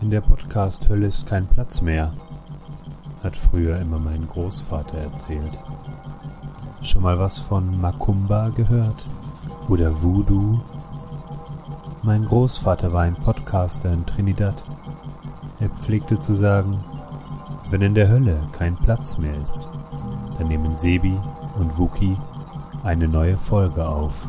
In der Podcast-Hölle ist kein Platz mehr, hat früher immer mein Großvater erzählt. Schon mal was von Makumba gehört? Oder Voodoo? Mein Großvater war ein Podcaster in Trinidad. Er pflegte zu sagen, wenn in der Hölle kein Platz mehr ist, dann nehmen Sebi und Wookie eine neue Folge auf.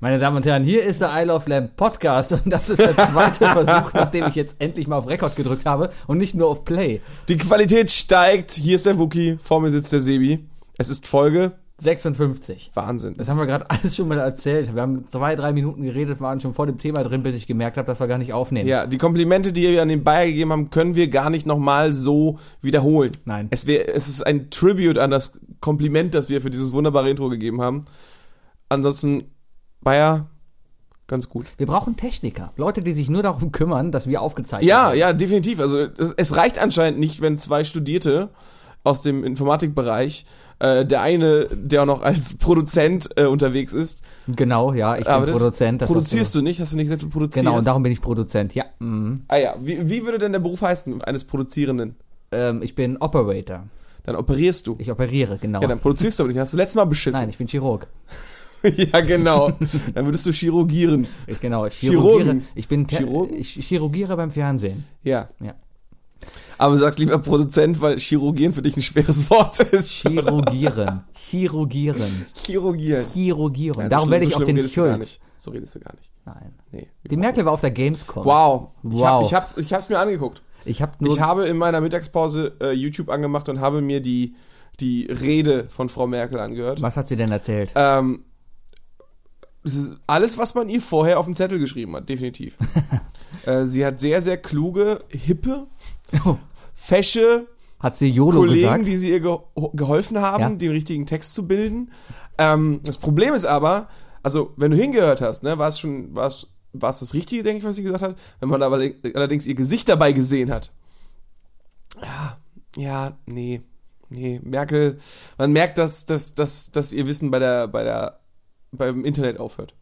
Meine Damen und Herren, hier ist der I Love Lamp Podcast und das ist der zweite Versuch, nachdem ich jetzt endlich mal auf Rekord gedrückt habe und nicht nur auf Play. Die Qualität steigt. Hier ist der Wookie, vor mir sitzt der Sebi. Es ist Folge 56. Wahnsinn. Das haben wir gerade alles schon mal erzählt. Wir haben zwei, drei Minuten geredet, waren schon vor dem Thema drin, bis ich gemerkt habe, dass wir gar nicht aufnehmen. ja, die Komplimente, die ihr an den Bayer gegeben haben, können wir gar nicht nochmal so wiederholen. Nein. Es, wär, es ist ein Tribute an das Kompliment, das wir für dieses wunderbare Intro gegeben haben. Ansonsten, Bayer, ganz gut. Wir brauchen Techniker. Leute, die sich nur darum kümmern, dass wir aufgezeichnet Ja, werden. ja, definitiv. Also es, es reicht anscheinend nicht, wenn zwei Studierte aus dem Informatikbereich, äh, der eine, der auch noch als Produzent äh, unterwegs ist, Genau, ja, ich bin arbeitet. Produzent. das hast produzierst du nicht? Hast du nicht gesagt, du du. produzierst? Genau, und darum bin ich Produzent, ja. Mhm. Ah ja, wie, wie würde denn der Beruf heißen eines Produzierenden? Ähm, ich bin Operator. Dann operierst du. Ich operiere, genau. Ja, dann produzierst du aber nicht. Hast du letztes Mal Nein, beschissen. ich bin Chirurg. ja, genau. Dann würdest du chirurgieren. Ich, genau, ich chirurgiere. Chirurgen. Ich bin Te- Chirurgen? ich chirurgiere beim Fernsehen. Ja. Ja. Aber du sagst lieber Produzent, weil chirurgieren für dich ein schweres Wort ist. Chirurgieren. Chirurgieren. chirurgieren. Chirurgieren. Ja, so Darum schlimm- werde ich so auf den schlimm redest du gar Schulz. nicht. So redest du gar nicht. Nein. Nee. Die Merkel war auf der Gamescom. Wow. Wow. Ich, hab, ich, hab, ich hab's mir angeguckt. Ich habe nur. ich habe in meiner Mittagspause äh, YouTube angemacht und habe mir die, die Rede von Frau Merkel angehört. was hat sie denn erzählt? Ähm, es ist alles, was man ihr vorher auf den Zettel geschrieben hat, definitiv. äh, sie hat sehr, sehr kluge, hippe, Oh. fesche Hat sie YOLO Kollegen, gesagt? die sie ihr ge geholfen haben, Ja. den richtigen Text zu bilden. Ähm, das Problem ist aber, also wenn du hingehört hast, ne, war es schon, war es, war es das Richtige, denke ich, was sie gesagt hat. Wenn man aber allerdings ihr Gesicht dabei gesehen hat, ja, ja, nee, nee, Merkel, man merkt, dass, dass, dass, dass ihr Wissen bei der, bei der, beim Internet aufhört.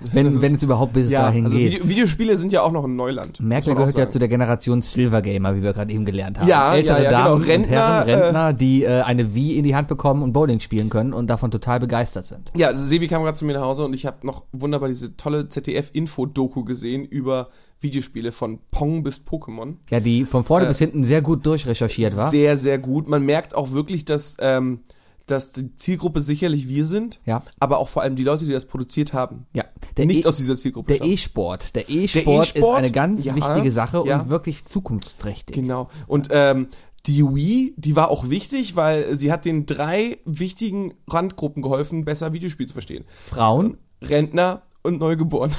Das Wenn, ist- wenn es überhaupt bis es ja, dahin also geht. Video Videospiele sind ja auch noch ein Neuland. Merkel muss man auch gehört ja sagen. zu der Generation Silver Gamer, wie wir gerade eben gelernt haben. Ja, Ältere ja, ja, Damen genau. und Herren, Rentner, äh, Rentner, die äh, eine Wii in die Hand bekommen und Bowling spielen können und davon total begeistert sind. Ja, Sebi kam gerade zu mir nach Hause und ich habe noch wunderbar diese tolle ZDF-Info-Doku gesehen über Videospiele von Pong bis Pokémon. Ja, die von vorne Äh, bis hinten sehr gut durchrecherchiert war. Sehr, sehr gut. Man merkt auch wirklich, dass, ähm, dass die Zielgruppe sicherlich wir sind, Ja. aber auch vor allem die Leute, die das produziert haben, Ja, der nicht e aus dieser Zielgruppe der stammen. E-Sport. Der E-Sport ist E-Sport? eine ganz Ja, wichtige Sache und ja. wirklich zukunftsträchtig. Genau. Und ähm, die Wii, die war auch wichtig, weil sie hat den drei wichtigen Randgruppen geholfen, besser Videospiele zu verstehen. Frauen Rentner und Neugeboren.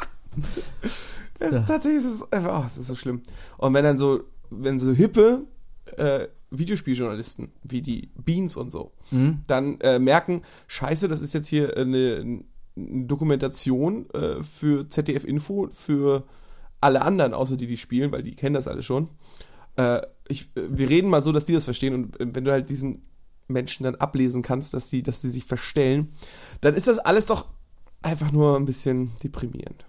das, ist Tatsächlich ist es einfach, oh, es ist so schlimm. Und wenn dann so, wenn so hippe äh, Videospieljournalisten wie die Beans und so, hm, dann äh, merken, scheiße, das ist jetzt hier eine, eine Dokumentation äh, für ZDF Info, für alle anderen, außer die, die spielen, weil die kennen das alle schon. Äh, ich, äh, wir reden mal so, dass die das verstehen und äh, wenn du halt diesen Menschen dann ablesen kannst, dass sie, dass sie sich verstellen, dann ist das alles doch einfach nur ein bisschen deprimierend.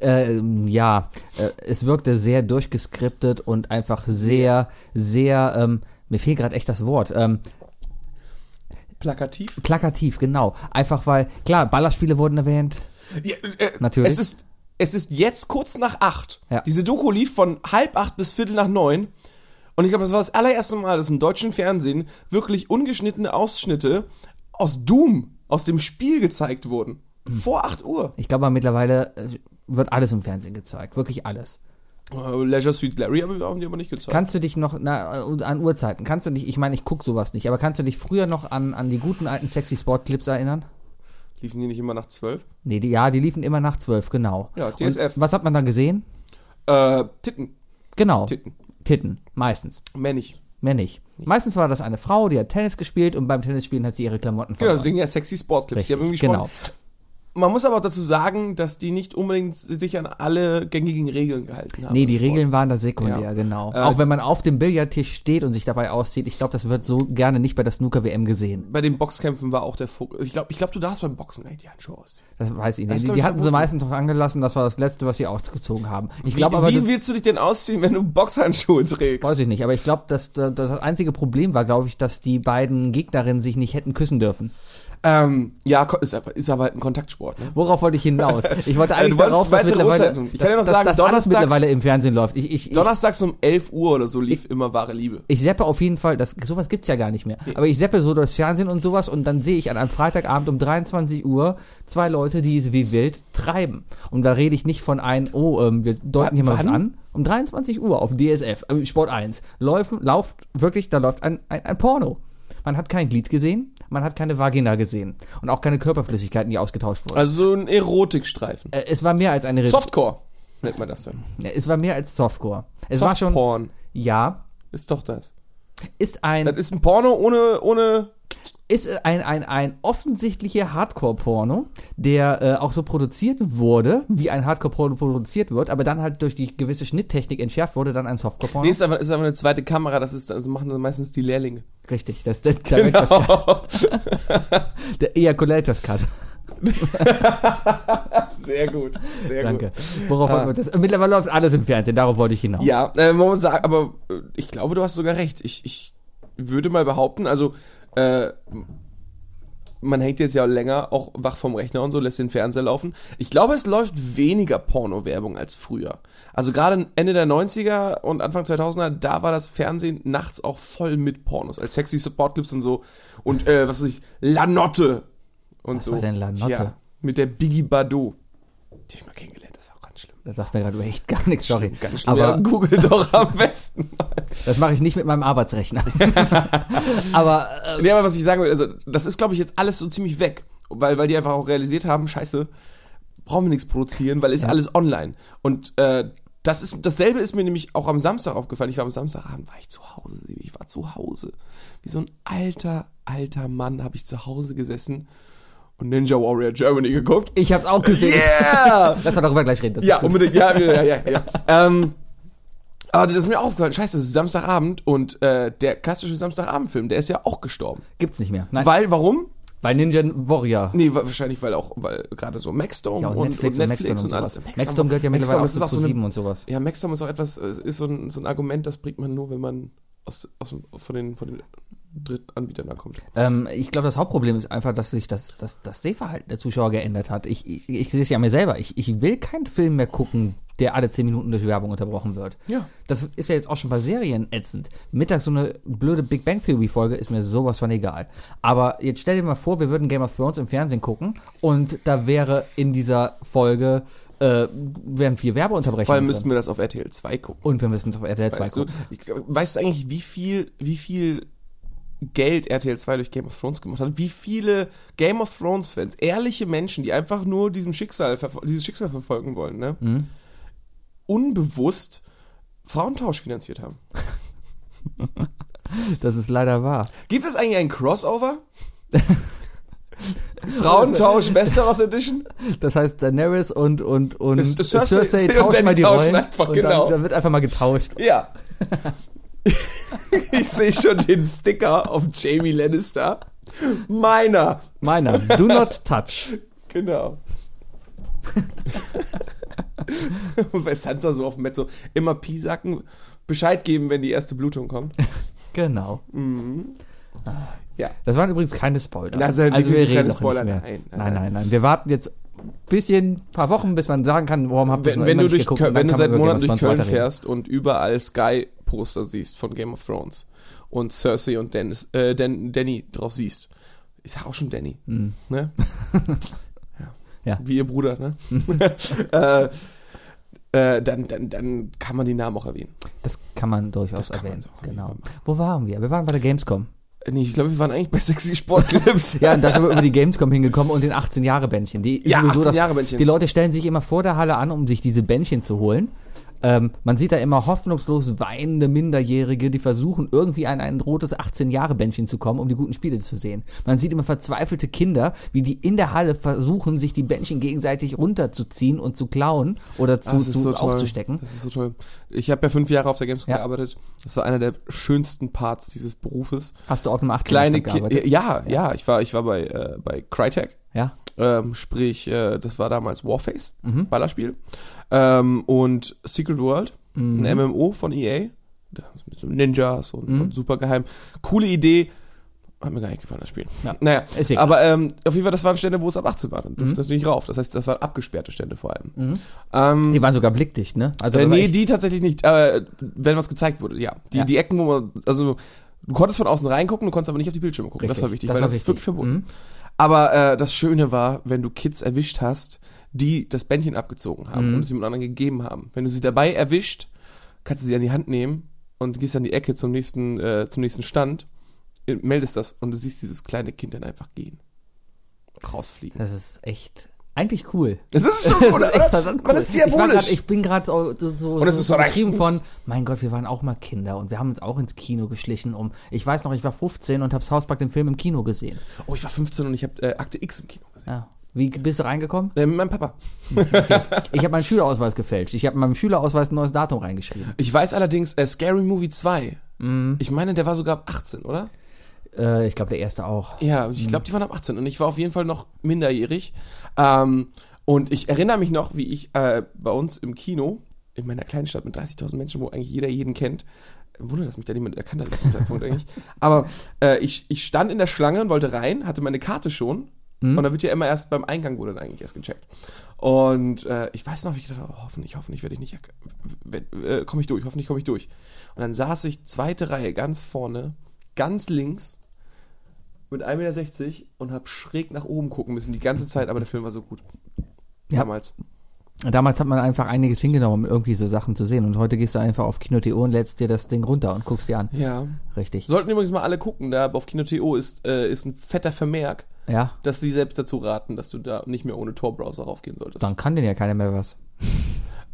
Äh, ja, äh, es wirkte sehr durchgeskriptet und einfach sehr, sehr, ähm, mir fehlt gerade echt das Wort, ähm, Plakativ? plakativ, genau. Einfach weil, klar, Ballerspiele wurden erwähnt. Ja, äh, Natürlich. Es ist, es ist jetzt kurz nach acht. Ja. Diese Doku lief von halb acht bis viertel nach neun. Und ich glaube, das war das allererste Mal, dass im deutschen Fernsehen wirklich ungeschnittene Ausschnitte aus Doom, aus dem Spiel gezeigt wurden. Hm. Vor acht Uhr. Ich glaube, mittlerweile äh, wird alles im Fernsehen gezeigt, wirklich alles. Äh, Leisure Suite Larry haben die aber nicht gezeigt. Kannst du dich noch na, äh, an Uhrzeiten, kannst du dich, ich meine, ich gucke sowas nicht, aber kannst du dich früher noch an, an die guten alten Sexy Sport Clips erinnern? Liefen die nicht immer nach zwölf? Nee, die, ja, die liefen immer nach zwölf, genau. Ja, DSF. Und was hat man dann gesehen? Äh, Titten. Genau, Titten. Genau, Titten, meistens. Männig. Mehr nicht. Meistens war das eine Frau, die hat Tennis gespielt und beim Tennisspielen hat sie ihre Klamotten Genau, verloren. deswegen ja sexy Sportclips. Richtig, die haben irgendwie Sport- genau. Man muss aber auch dazu sagen, dass die nicht unbedingt sich an alle gängigen Regeln gehalten haben. Nee, die im Sport. Regeln waren da sekundär, Ja. genau. Äh, auch wenn man auf dem Billardtisch steht und sich dabei auszieht, ich glaube, das wird so gerne nicht bei der Snooker-WM gesehen. Bei den Boxkämpfen war auch der Fokus. Ich glaube, ich glaub, du darfst beim Boxen eigentlich die Handschuhe ausziehen. Das weiß ich Das nicht. ist, Die, glaub die ich, hatten sie verboten. meistens noch angelassen, das war das Letzte, was sie ausgezogen haben. Ich glaube wie, aber, Wie das- willst du dich denn ausziehen, wenn du Boxhandschuhe trägst? weiß ich nicht, aber ich glaube, das, das einzige Problem war, glaube ich, dass die beiden Gegnerinnen sich nicht hätten küssen dürfen. Ähm, ja, ko- ist aber, ist aber halt ein Kontaktsport, ne? Worauf wollte ich hinaus? Ich wollte eigentlich du wolltest darauf, dass weitere mittlerweile, Uhrzeit tun. Ich dass- kann ja noch dass- sagen, dass alles donnerstags- mittlerweile im Fernsehen läuft. Ich, ich, ich, Donnerstags um 11 Uhr oder so lief immer wahre Liebe. ich seppe auf jeden Fall, das, sowas gibt's ja gar nicht mehr. Aber ich seppe so durchs Fernsehen und sowas und dann sehe ich an einem Freitagabend um 23 Uhr zwei Leute, die es wie wild treiben. Und da rede ich nicht von einem, oh, ähm, wir deuten hier mal was wann? an. Um 23 Uhr auf DSF, ähm, Sport 1. Läufen, läuft wirklich, da läuft ein, ein, ein Porno. Man hat kein Glied gesehen, man hat keine Vagina gesehen und auch keine Körperflüssigkeiten, die ausgetauscht wurden. Also so ein Erotikstreifen. Äh, es war mehr als eine Re Softcore nennt man das dann. Es war mehr als Softcore. Es war schon, Porn ja, ist doch das. ist Das ein, ist ein Porno ohne ohne ist ein, ein, ein offensichtlicher Hardcore-Porno, der äh, auch so produziert wurde, wie ein Hardcore-Porno produziert wird, aber dann halt durch die gewisse Schnitttechnik entschärft wurde, dann ein Softcore-Porno. Nee, ist einfach, ist einfach eine zweite Kamera, das ist das machen dann meistens die Lehrlinge. Richtig, das ist der Director's Genau. Cut, der Ejaculators Cut. sehr gut, sehr Danke. gut. Worauf Ah. wollten wir das? Mittlerweile läuft alles im Fernsehen, darauf wollte ich hinaus. Ja, äh, man muss sagen, aber äh, ich glaube, du hast sogar recht. Ich, ich würde mal behaupten, also äh, man hängt jetzt ja länger auch wach vom Rechner und so, lässt den Fernseher laufen. Ich glaube, es läuft weniger Porno-Werbung als früher. Also gerade Ende der 90er und Anfang 2000er, da war das Fernsehen nachts auch voll mit Pornos. Als sexy Support-Clips und so. Und äh, was weiß ich, Lanotte und Was so. war denn La Notte? Ja, mit der Biggie Bardot. Die hab ich mal kennengelernt, das war auch ganz schlimm. Das sagt mir gerade echt gar nichts, sorry. Ganz schlimm. Aber ja, Google doch am besten. das mache ich nicht mit meinem Arbeitsrechner. aber äh, Nee, aber was ich sagen will, also das ist, glaube ich, jetzt alles so ziemlich weg, weil, weil die einfach auch realisiert haben, scheiße, brauchen wir nichts produzieren, weil ist alles online. Und äh, das ist, dasselbe ist mir nämlich auch am Samstag aufgefallen. Ich war am Samstagabend, war ich zu Hause, Sebi, ich war zu Hause. Wie so ein alter, alter Mann habe ich zu Hause gesessen und Ninja Warrior Germany geguckt. ich habe es auch gesehen. Yeah! Lass mal darüber gleich reden. das ist Ja, gut. unbedingt. Ja, ja, ja, ja. ähm, aber das ist mir aufgefallen. Scheiße, es ist Samstagabend und äh, der klassische Samstagabendfilm, der ist ja auch gestorben. Gibt's nicht mehr. Nein, Weil, warum? weil Ninja Warrior. Nee, wa- wahrscheinlich, weil auch, weil gerade so Maxdome Ja, und, Netflix und Netflix und, alles. sowas. Maxdom gehört ja mittlerweile Maxdome auch ist zu auch so ProSieben eine, und sowas. Ja, Maxdome ist auch etwas, äh, ist so ein, so ein Argument, das bringt man nur, wenn man aus, aus, dem- von, den, von den Drittanbietern da kommt. Ähm, ich glaube, das Hauptproblem ist einfach, dass sich das, das, das Sehverhalten der Zuschauer geändert hat. Ich, ich, ich sehe es ja an mir selber. Ich, ich will keinen Film mehr gucken, der alle 10 Minuten durch Werbung unterbrochen wird. Ja. Das ist ja jetzt auch schon bei Serien ätzend. Mittags so eine blöde Big Bang Theory-Folge ist mir sowas von egal. Aber jetzt stell dir mal vor, wir würden Game of Thrones im Fernsehen gucken und da wäre in dieser Folge äh, wären vier Werbeunterbrechungen. Vor allem drin. müssten wir das auf RTL 2 gucken. und wir müssen es auf RTL 2 Weißt gucken. du, ich, weißt du eigentlich, wie viel, wie viel Geld RTL 2 durch Game of Thrones gemacht hat? Wie viele Game of Thrones-Fans, ehrliche Menschen, die einfach nur diesem Schicksal, verfo- dieses Schicksal verfolgen wollen, ne? unbewusst Frauentausch finanziert haben? Das ist leider wahr. Gibt es eigentlich einen Crossover? Frauentausch Westeros Edition? Das heißt, Daenerys und, und, und Das- das Cersei- und tauschen Danny mal die tauschen Rollen. einfach, und genau. dann, dann wird einfach mal getauscht. Ja. ich sehe schon den Sticker auf Jamie Lannister. Meiner. Meiner, do not touch. Genau. Und bei Sansa so auf dem Bett so immer Piesacken Bescheid geben, wenn die erste Blutung kommt. Genau. Ja. Das waren übrigens keine Spoiler. Das sind also wir definitiv reden keine doch Spoiler, Nicht mehr. nein, nein, nein, nein, nein. Wir warten jetzt ein bisschen, ein paar Wochen, bis man sagen kann, warum habt ihr es Wenn, noch wenn immer nicht du, durch geguckt? Köln, Und dann wenn du kann seit man über Game of Monaten durch Thrones Köln weiterreden. fährst und überall Sky-Poster siehst von Game of Thrones und Cersei und Dennis, äh, Dan, Danny drauf siehst. Ich sag auch schon Danny. Hm, Ne? Ja. Wie ihr Bruder, ne? äh, äh, dann, dann, dann kann man die Namen auch erwähnen. Das kann man durchaus Das kann man erwähnen. doch genau. Wo waren wir? Wir waren bei der Gamescom. Äh, Nee, ich glaube, wir waren eigentlich bei sexy Sportclips. Ja, und da sind wir über die Gamescom hingekommen und den 18-Jahre-Bändchen. Die ja sowieso 18 das Jahre Männchen. Die Leute stellen sich immer vor der Halle an, um sich diese Bändchen zu holen. Ähm, man sieht da immer hoffnungslos weinende Minderjährige, die versuchen, irgendwie an ein rotes 18-Jahre-Bändchen zu kommen, um die guten Spiele zu sehen. Man sieht immer verzweifelte Kinder, wie die in der Halle versuchen, sich die Bändchen gegenseitig runterzuziehen und zu klauen oder zu, Das ist zu so toll. aufzustecken. Das ist so toll. Ich habe ja fünf Jahre auf der Gamescom Ja. gearbeitet. Das war einer der schönsten Parts dieses Berufes. Hast du auf einem 18 Kleine Stand Kinder. gearbeitet? Ja, ja, ich war, ich war bei, äh, bei Crytek. Ja. Ähm, sprich, äh, das war damals Warface, Mhm. Ballerspiel. Ähm, und Secret World, Mhm. ein MMO von EA. Da- Mit so Ninjas und, Mhm. und super geheim. Coole Idee. Hat mir gar nicht gefallen, das Spiel. Ja. Naja, Ist egal. aber ähm, auf jeden Fall, das waren Stände, wo es ab 18 war. Dann durfte Mhm. das nicht rauf. Das heißt, das waren abgesperrte Stände vor allem. Mhm. Ähm, Die waren sogar blickdicht, ne? Also äh, das war nee, echt- die tatsächlich nicht. Äh, wenn was gezeigt wurde, ja. Die, Ja. die Ecken, wo man, also du konntest von außen reingucken, du konntest aber nicht auf die Bildschirme gucken. richtig, Das war wichtig, weil das ist wichtig. wirklich verboten. Mhm. Aber äh, das Schöne war, wenn du Kids erwischt hast, die das Bändchen abgezogen haben Mhm. und es jemand anderen gegeben haben. Wenn du sie dabei erwischt, kannst du sie an die Hand nehmen und gehst an die Ecke zum nächsten, äh, zum nächsten Stand, äh, meldest das und du siehst dieses kleine Kind dann einfach gehen. Rausfliegen. Das ist echt eigentlich cool. Es ist schon Das cool, ist echt verdammt cool. Man ist Ich, war grad, diabolisch. ich bin gerade so, so, Und es ist so getrieben rechts. von, mein Gott, wir waren auch mal Kinder und wir haben uns auch ins Kino geschlichen um. Ich weiß noch, ich war 15 und habe Hauspark den Film im Kino gesehen. oh, ich war 15 und ich habe äh, Akte X im Kino gesehen. Ja. Wie bist du reingekommen? Äh, mit meinem Papa. Ich habe meinen Schülerausweis gefälscht. Ich habe in meinem Schülerausweis ein neues Datum reingeschrieben. Ich weiß allerdings, äh, Scary Movie 2. Ich meine, der war sogar ab 18, oder? Äh, ich glaube, der erste auch. Ja, ich glaube, die waren ab 18 und ich war auf jeden Fall noch minderjährig. Ähm, und ich erinnere mich noch, wie ich äh, bei uns im Kino, in meiner kleinen Stadt mit 30.000 Menschen, wo eigentlich jeder jeden kennt, Wunder, dass mich da niemand erkannt hat, bis zum Zeitpunkt eigentlich. Aber äh, ich, ich stand in der Schlange und wollte rein, hatte meine Karte schon. Und da wird ja immer erst beim Eingang wurde dann eigentlich erst gecheckt. Und äh, ich weiß noch, wie ich gedacht habe, oh, hoffentlich, hoffentlich werde ich nicht, erk- wenn- äh, komme ich durch, hoffentlich komme ich durch. Und dann saß ich zweite Reihe ganz vorne, ganz links mit 1,60 Meter und habe schräg nach oben gucken müssen die ganze Zeit, aber der Film war so gut. Ja. Damals. Damals hat man einfach einiges hingenommen, um irgendwie so Sachen zu sehen. Und heute gehst du einfach auf Kino.de und lädst dir das Ding runter und guckst dir an. Ja. Richtig. Sollten übrigens mal alle gucken, da auf Kino.to ist, äh, ist ein fetter Vermerk, Ja. dass sie selbst dazu raten, dass du da nicht mehr ohne Tor-Browser raufgehen solltest. Dann kann denn ja keiner mehr was.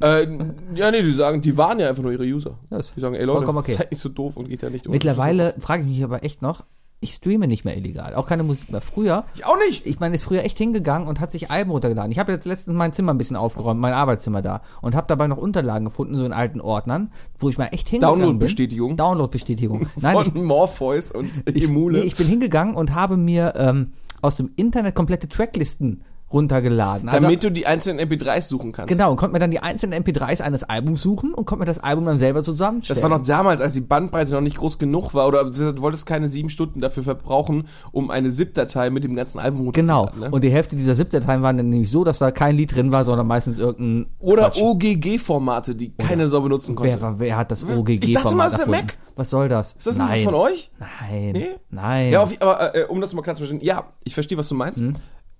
Äh, ja, nee, die sagen, die waren ja einfach nur ihre User. Das Die sagen, ey Leute, Vollkommen okay. seid nicht so doof und geht da nicht ohne Mittlerweile frage ich mich aber echt noch, ich streame nicht mehr illegal, auch keine Musik mehr. Früher, Ich auch nicht! ich meine, ist früher echt hingegangen und hat sich Alben runtergeladen. Ich habe jetzt letztens mein Zimmer ein bisschen aufgeräumt, mein Arbeitszimmer da und habe dabei noch Unterlagen gefunden, so in alten Ordnern, wo ich mal echt hingegangen bin. Download-Bestätigung Download-Bestätigung. Nein, ich, von Morpheus und ich, Emule. nee, ich bin hingegangen und habe mir ähm, aus dem Internet komplette Tracklisten runtergeladen. Also- damit du die einzelnen MP3s suchen kannst. Genau, und konnte mir dann die einzelnen MP3s eines Albums suchen und konnte mir das Album dann selber zusammenstellen. Das war noch damals, als die Bandbreite noch nicht groß genug war, oder du wolltest keine sieben Stunden dafür verbrauchen, um eine ZIP-Datei mit dem ganzen Album Genau. ne? Und die Hälfte dieser ZIP-Dateien waren dann nämlich so, dass da kein Lied drin war, sondern meistens irgendein. Oder Quatsch. OGG-Formate, die keiner so benutzen konnte. wer, war- wer hat das OGG Ich dachte mal, Format es ist der erfunden? Mac. Was soll das? Ist das Nein. nicht was von euch? Nein. Nee? Nein. Hm? Ja, auf, aber äh, um das mal klar zu verstehen, ja, ich verstehe, was du meinst.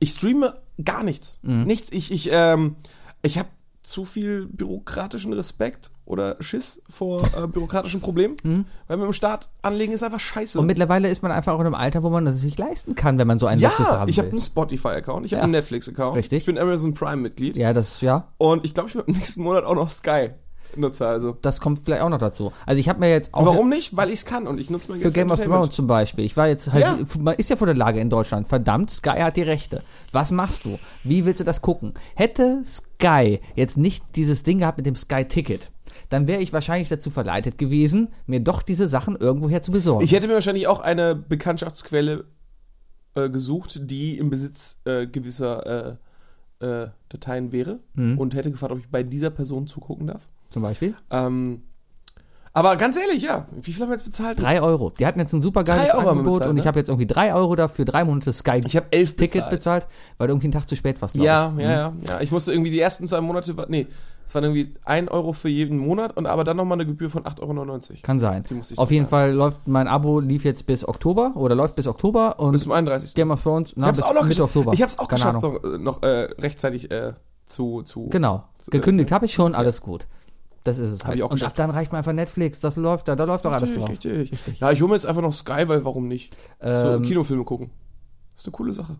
Ich streame gar nichts. Nichts. Ich, ich, ähm, ich habe zu viel bürokratischen Respekt oder Schiss vor äh, bürokratischen Problemen, weil mit dem Staat anlegen ist einfach scheiße. Hm? und mittlerweile ist man einfach auch in einem Alter, wo man das sich leisten kann, wenn man so einen Luxus ja, haben ich habe will. einen Spotify-Account, ich habe Ja. einen Netflix-Account, Richtig. ich bin Amazon Prime-Mitglied ja, das ja, und ich glaube, ich bin im nächsten Monat auch noch Sky-Nutzer. Also. das kommt vielleicht auch noch dazu. Also ich habe mir jetzt auch Warum nicht? Weil ich es kann und ich nutze mein für Game of Thrones Entertainment. zum Beispiel. Ich war jetzt halt, Ja. man ist ja vor der Lage in Deutschland. Verdammt, Sky hat die Rechte. Was machst du? Wie willst du das gucken? Hätte Sky jetzt nicht dieses Ding gehabt mit dem Sky-Ticket, dann wäre ich wahrscheinlich dazu verleitet gewesen, mir doch diese Sachen irgendwoher zu besorgen. Ich hätte mir wahrscheinlich auch eine Bekanntschaftsquelle äh, gesucht, die im Besitz äh, gewisser äh, äh, Dateien wäre Mhm. und hätte gefragt, ob ich bei dieser Person zugucken darf. zum Beispiel. Ähm, aber ganz ehrlich, ja, wie viel haben wir jetzt bezahlt? Drei Euro. Die hatten jetzt ein super geiles Drei Euro haben wir Angebot bezahlt, und ich ne? habe jetzt irgendwie drei Euro dafür drei Monate Ich habe elf Sky-Ticket bezahlt. bezahlt. weil du irgendwie einen Tag zu spät warst. glaub Mhm. Ja, ja, ja, ja. Ich musste irgendwie die ersten zwei Monate, wa- nee, es waren irgendwie ein Euro für jeden Monat und aber dann nochmal eine Gebühr von 8,99 Euro. ich. Kann sein. Die musste ich Auf jeden bezahlen. Fall läuft mein Abo, lief jetzt bis Oktober oder läuft bis Oktober und Bis zum 31. Game of Thrones, na, ich hab's genau, bis auch noch Mitte geschafft. Oktober. Ich hab's auch Keine geschafft, Ahnung. noch, äh, noch äh, rechtzeitig äh, zu, zu Genau. Gekündigt habe ich schon, alles gut. Das ist es halt. äh, ich auch und ab geschafft. dann reicht mir einfach Netflix, das läuft da, da läuft doch alles Richtig, drauf. Richtig. Ja, ich hole mir jetzt einfach noch Sky, weil warum nicht? Ähm, so Kinofilme gucken. Ist eine coole Sache.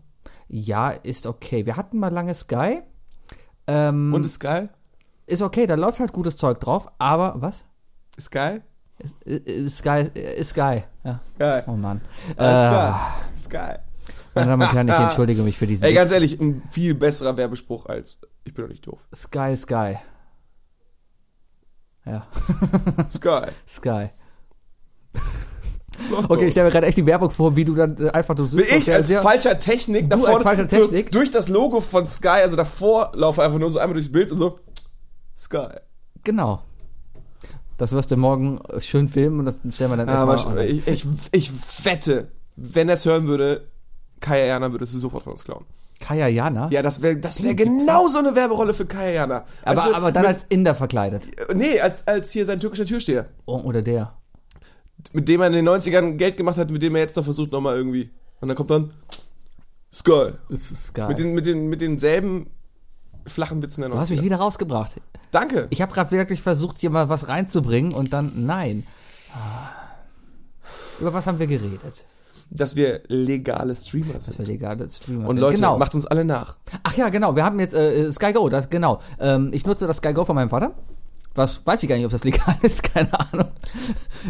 Ja, ist okay. Wir hatten mal lange Sky. Ähm, Und ist geil? ist okay, da läuft halt gutes Zeug drauf, aber was? Ist geil? Ist, ist geil, ist geil. Ja. Geil. Oh Mann. Alles Äh, klar. Ist geil. Meine Damen und Herren, ich entschuldige mich für diesen Ey, Witz. ganz ehrlich, ein viel besserer Werbespruch als ich bin doch nicht doof. Sky, Sky. Ja, Ist geil. Sky. Läuft Okay, ich doch. stelle mir gerade echt die Werbung vor, wie du dann äh, einfach du bin sitzt auf ich der- als sehr- falscher Technik Du als falscher so Technik? durch das Logo von Sky, also davor laufe einfach nur so einmal durchs Bild und so Sky. Genau. Das wirst du morgen äh, schön filmen und das stellen wir dann Aber erstmal. online. ich, ich, ich wette, wenn er es hören würde, Kaya Jana würde es sofort von uns klauen. Kaya Jana? Ja, das wäre das wär genau so eine Werberolle für Kaya Jana. aber, Weißt du, aber dann also mit, als Inder verkleidet. Nee, als, als hier sein türkischer Türsteher. Oh, oder der. Mit dem er in den 90ern Geld gemacht hat, mit dem er jetzt noch versucht, nochmal irgendwie. Und dann kommt dann Sky. Das ist geil. Mit, den, mit, den, mit denselben flachen Witzen der Du hast mich 90er. wieder rausgebracht. Danke. Ich habe gerade wirklich versucht, hier mal was reinzubringen und dann nein. Ah. Über was haben wir geredet? dass wir legale Streamer sind. Das wäre egal, das streamen wir Und jetzt. Leute, genau. macht uns alle nach. Ach ja, genau. Wir haben jetzt äh, Sky Go. Das, genau. Ähm, ich nutze das Sky Go von meinem Vater. Was weiß ich gar nicht, ob das legal ist. Keine Ahnung.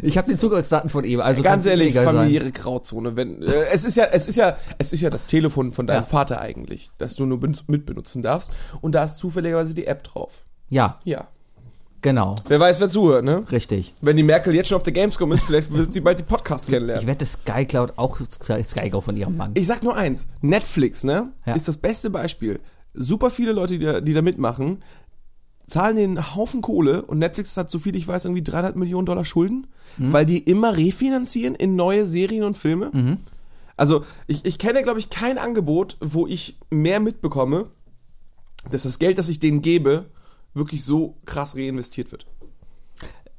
Ich habe die Zugangsdaten von ihm. Also Ganz kann's ehrlich, illegal sein. familiäre Grauzone. Wenn, äh, es ist ja, es ist ja, es ist ja das Telefon von deinem Ja. Vater eigentlich, das du nur ben- mitbenutzen darfst. Und da ist zufälligerweise die App drauf. Ja, Ja. genau. Wer weiß, wer zuhört, ne? Richtig. Wenn die Merkel jetzt schon auf der Gamescom ist, vielleicht wird sie bald die Podcasts Ich kennenlernen. wette, Sky Cloud auch Sky Sky Go von ihrem Mann. Ich sag nur eins: Netflix, ne? Ja. Ist das beste Beispiel. Super viele Leute, die da, die da mitmachen, zahlen den Haufen Kohle und Netflix hat, so viel ich weiß, irgendwie 300 Millionen Dollar Schulden, Mhm. weil die immer refinanzieren in neue Serien und Filme. Mhm. Also, ich, ich kenne, glaube ich, kein Angebot, wo ich mehr mitbekomme, dass das Geld, das ich denen gebe, wirklich so krass reinvestiert wird.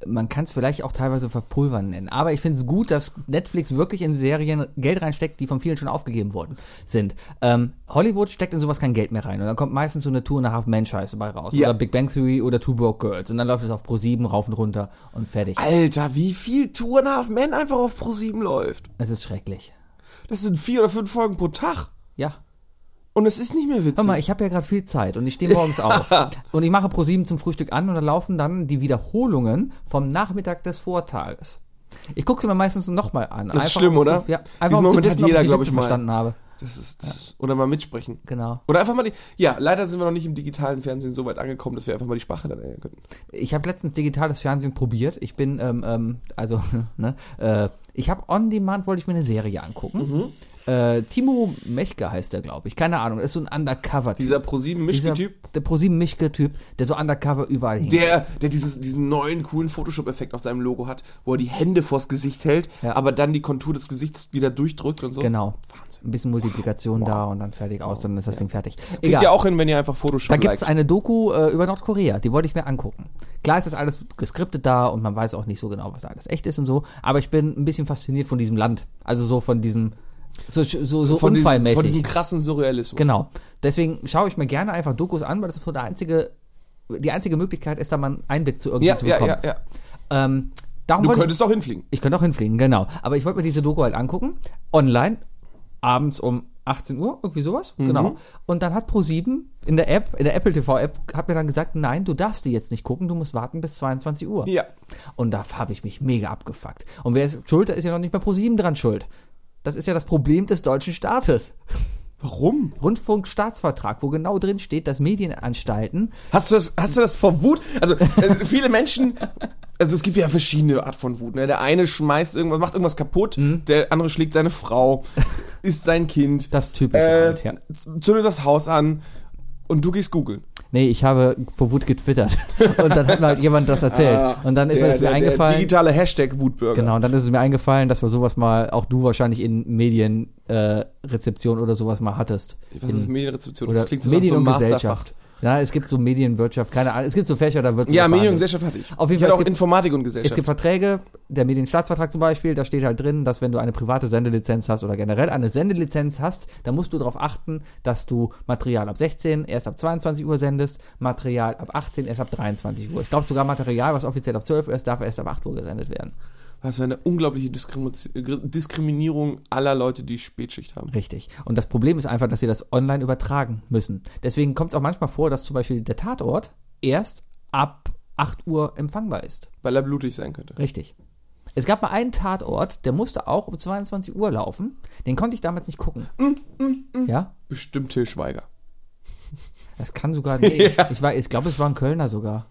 Man kann es vielleicht auch teilweise verpulvern nennen. Aber ich finde es gut, dass Netflix wirklich in Serien Geld reinsteckt, die von vielen schon aufgegeben worden sind. Ähm, Hollywood steckt in sowas kein Geld mehr rein. Und dann kommt meistens so eine Tour nach Half Man Scheiße bei raus. Ja. Oder Big Bang Theory oder Two Broke Girls. Und dann läuft es auf Pro 7 rauf und runter und fertig. Alter, wie viel Two and a Half Men einfach auf Pro7 läuft. Es ist schrecklich. Das sind vier oder fünf Folgen pro Tag. Ja. Und es ist nicht mehr witzig. Hör mal, ich habe ja gerade viel Zeit und ich stehe morgens auf. Und ich mache Pro 7 zum Frühstück an und dann laufen dann die Wiederholungen vom Nachmittag des Vortages. Ich gucke sie mir meistens nochmal an. ist schlimm, um oder? Zu, ja, Diesen einfach um zu Moment hat wissen, ob jeder, ich die glaub Witze ich, mal. verstanden habe. Das ist, das ist, oder mal mitsprechen. Genau. Oder einfach mal die. Ja, leider sind wir noch nicht im digitalen Fernsehen so weit angekommen, dass wir einfach mal die Sprache dann ändern können. Ich habe letztens digitales Fernsehen probiert. Ich bin, ähm, ähm, also, ne, äh, ich habe on demand, wollte ich mir eine Serie Mhm. angucken. Äh, Timo Mechke heißt der, glaube ich. Keine Ahnung. Ist so ein undercover Dieser prosieben mischki typ Der ProSieben Mischke-Typ, der so undercover überall hing. der, der dieses, diesen neuen coolen Photoshop-Effekt auf seinem Logo hat, wo er die Hände vors Gesicht hält, Ja. aber dann die Kontur des Gesichts wieder durchdrückt und so. Genau. Wahnsinn. ein bisschen Multiplikation da und dann fertig aus, dann ist das Ding fertig. Kriegt Egal. ihr auch hin, wenn ihr einfach da Photoshop gibt es liked. eine Doku äh, über Nordkorea, die wollte ich mir angucken. Klar ist das alles geskriptet da und man weiß auch nicht so genau, was da alles echt ist und so, aber ich bin ein bisschen fasziniert von diesem Land. Also so von diesem, so, so, so diesem- unfallmäßig. von diesem krassen Surrealismus. genau. Deswegen schaue ich mir gerne einfach Dokus an, weil das so der einzige, die einzige Möglichkeit ist, da mal einen Einblick zu irgendwas Ja, zu ja, bekommen. ja, ja. Ähm, darum Du wollte ich könntest auch hinfliegen. ich könnte auch hinfliegen, genau. Aber ich wollte mir diese Doku halt angucken. Online, abends um 18 Uhr, irgendwie sowas. Mhm. Genau. Und dann hat Pro7 in der App, in der Apple TV-App, hat mir dann gesagt, nein, du darfst die jetzt nicht gucken, du musst warten bis 22 Uhr. Ja. Und da habe ich mich mega abgefuckt. Und wer ist schuld, da ist ja noch nicht mal Pro7 dran schuld. Das ist ja das Problem des deutschen Staates. Warum? Rundfunkstaatsvertrag, wo genau drin steht, dass Medienanstalten Hast du das, hast du das vor Wut? Also, äh, viele Menschen, also es gibt ja verschiedene Art von Wut. Ne? Der eine schmeißt irgendwas, macht irgendwas kaputt, Mhm. der andere schlägt seine Frau, isst sein Kind, das typische äh, halt, ja. z- zündet das Haus an und du gehst googeln. Nee, ich habe vor Wut getwittert. Und dann hat mir halt jemand das erzählt. Und dann ist mir Ah, der, das mir der, Der eingefallen. digitale Hashtag Wutbürger. Genau, und dann ist es mir eingefallen, dass wir sowas mal, auch du wahrscheinlich in Medienrezeption äh, Rezeption oder sowas mal hattest. Was ist Medienrezeption? Oder nach Medien und einem Masterfach. Gesellschaft. Ja, es gibt so Medienwirtschaft, keine Ahnung, es gibt so Fächer, da wird Ja, Medien und Gesellschaft hatte ich. Auf jeden ich Fall, hatte es auch gibt- Informatik und Es Gesellschaft. gibt Verträge, der Medienstaatsvertrag zum Beispiel, da steht halt drin, dass wenn du eine private Sendelizenz hast oder generell eine Sendelizenz hast, dann musst du darauf achten, dass du Material ab 16 erst ab 22 Uhr sendest, Material ab 18 erst ab 23 Uhr. Ich glaube sogar Material, was offiziell ab 12 Uhr ist, darf erst ab 8 Uhr gesendet werden. Das war eine unglaubliche Diskrimin- Diskriminierung aller Leute, die Spätschicht haben. Richtig. Und das Problem ist einfach, dass sie das online übertragen müssen. Deswegen kommt es auch manchmal vor, dass zum Beispiel der Tatort erst ab 8 Uhr empfangbar ist. Weil er blutig sein könnte. Richtig. Es gab mal einen Tatort, der musste auch um 22 Uhr laufen. Den konnte ich damals nicht gucken. Ja, Bestimmt Till Schweiger. das kann sogar. Nee, ich war, ich glaube, es war ein Kölner sogar.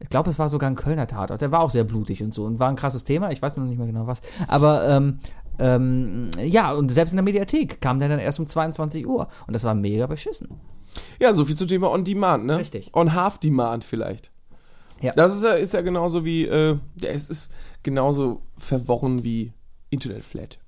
Ich glaube, es war sogar ein Kölner Tatort. Der war auch sehr blutig und so und war ein krasses Thema. Ich weiß noch nicht mehr genau was. Aber ähm, ähm, ja, und selbst in der Mediathek kam der dann erst um 22 Uhr. Und das war mega beschissen. Ja, so viel zum Thema On Demand, ne? Richtig. On Half Demand vielleicht. Ja. Das ist ja, ist ja genauso wie, äh, ja, es ist genauso verworren wie Internet Flat.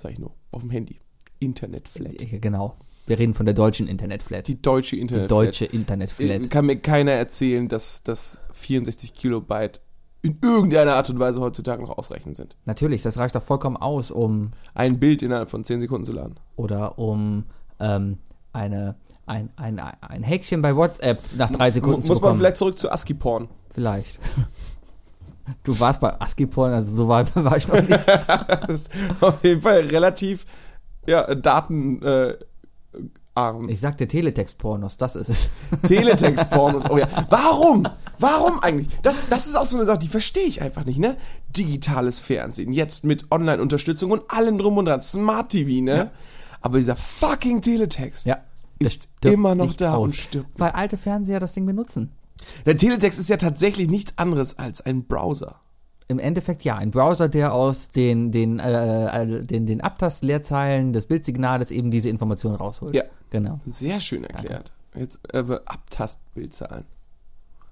Sag ich nur. Auf dem Handy. Internet Flat. Ja, Genau. Wir reden von der deutschen Internetflat. Die Äh, deutsche Die Internet deutsche Internetflat. Flat. Kann mir keiner erzählen, dass, dass 64 Kilobyte in irgendeiner Art und Weise heutzutage noch ausreichend sind. Natürlich, das reicht doch vollkommen aus, um Ein Bild innerhalb von 10 Sekunden zu laden. oder um ähm, eine, ein, ein, ein Häkchen bei WhatsApp nach drei Sekunden Mu- zu Muss man bekommen. vielleicht zurück zu ASCII Porn. vielleicht. Du warst bei ASCII Porn, also so weit war ich noch nicht. Das ist auf jeden Fall relativ ja, datenarm. Äh, arm. Ich sagte Teletext Pornos, das ist es. Teletext-Pornos. Oh ja. Warum? Warum eigentlich? Das, das ist auch so eine Sache, die verstehe ich einfach nicht, ne? Digitales Fernsehen, jetzt mit Online-Unterstützung und allem drum und dran. Smart TV, ne? Aber dieser fucking Teletext das ist stirbt immer noch nicht da aus. und stirbt. Weil alte Fernseher das Ding benutzen. Der Teletext ist ja tatsächlich nichts anderes als ein Browser. Im Endeffekt ja, ein Browser, der aus den, den, äh, äh, den, den Abtastleerzeilen des Bildsignales eben diese Informationen rausholt. Ja. Genau. Sehr schön erklärt. Jetzt äh, Abtastbildzahlen.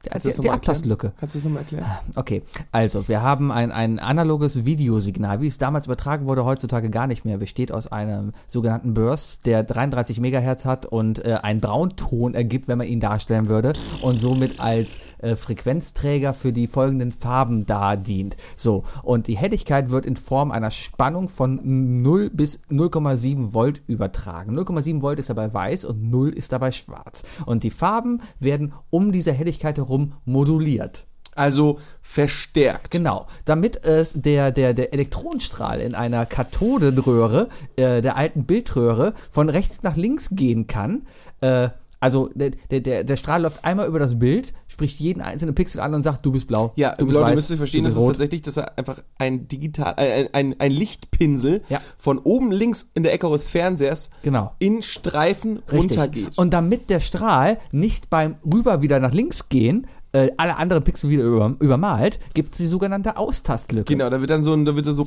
Der, Kannst du die das die nochmal erklären? Abtastlücke. Kannst du das nochmal erklären? Okay, also wir haben ein, ein analoges Videosignal, wie es damals übertragen wurde, heutzutage gar nicht mehr. Besteht aus einem sogenannten Burst, der 33 Megahertz hat und äh, einen Braunton ergibt, wenn man ihn darstellen würde und somit als äh, Frequenzträger für die folgenden Farben da dient. So, und die Helligkeit wird in Form einer Spannung von 0 bis 0,7 Volt übertragen. 0,7 Volt ist dabei weiß und 0 ist dabei schwarz. Und die Farben werden um diese Helligkeit herum moduliert. Also verstärkt. Genau, damit es der, der, der Elektronenstrahl in einer Kathodenröhre, äh, der alten Bildröhre, von rechts nach links gehen kann. Äh, also der, der, der der Strahl läuft einmal über das Bild, spricht jeden einzelnen Pixel an und sagt, du bist blau, Ja, du bist Leute, weiß, müsst ihr verstehen, du das bist ist rot. tatsächlich, dass er einfach ein digital, äh, ein, ein, ein Lichtpinsel Ja. von oben links in der Ecke eures Fernsehers Genau. in Streifen Richtig. runtergeht. Und damit der Strahl nicht beim Rüber wieder nach links gehen, äh, alle anderen Pixel wieder über, übermalt, gibt es die sogenannte Austastlücke. genau, da wird dann so ein, da wird er so,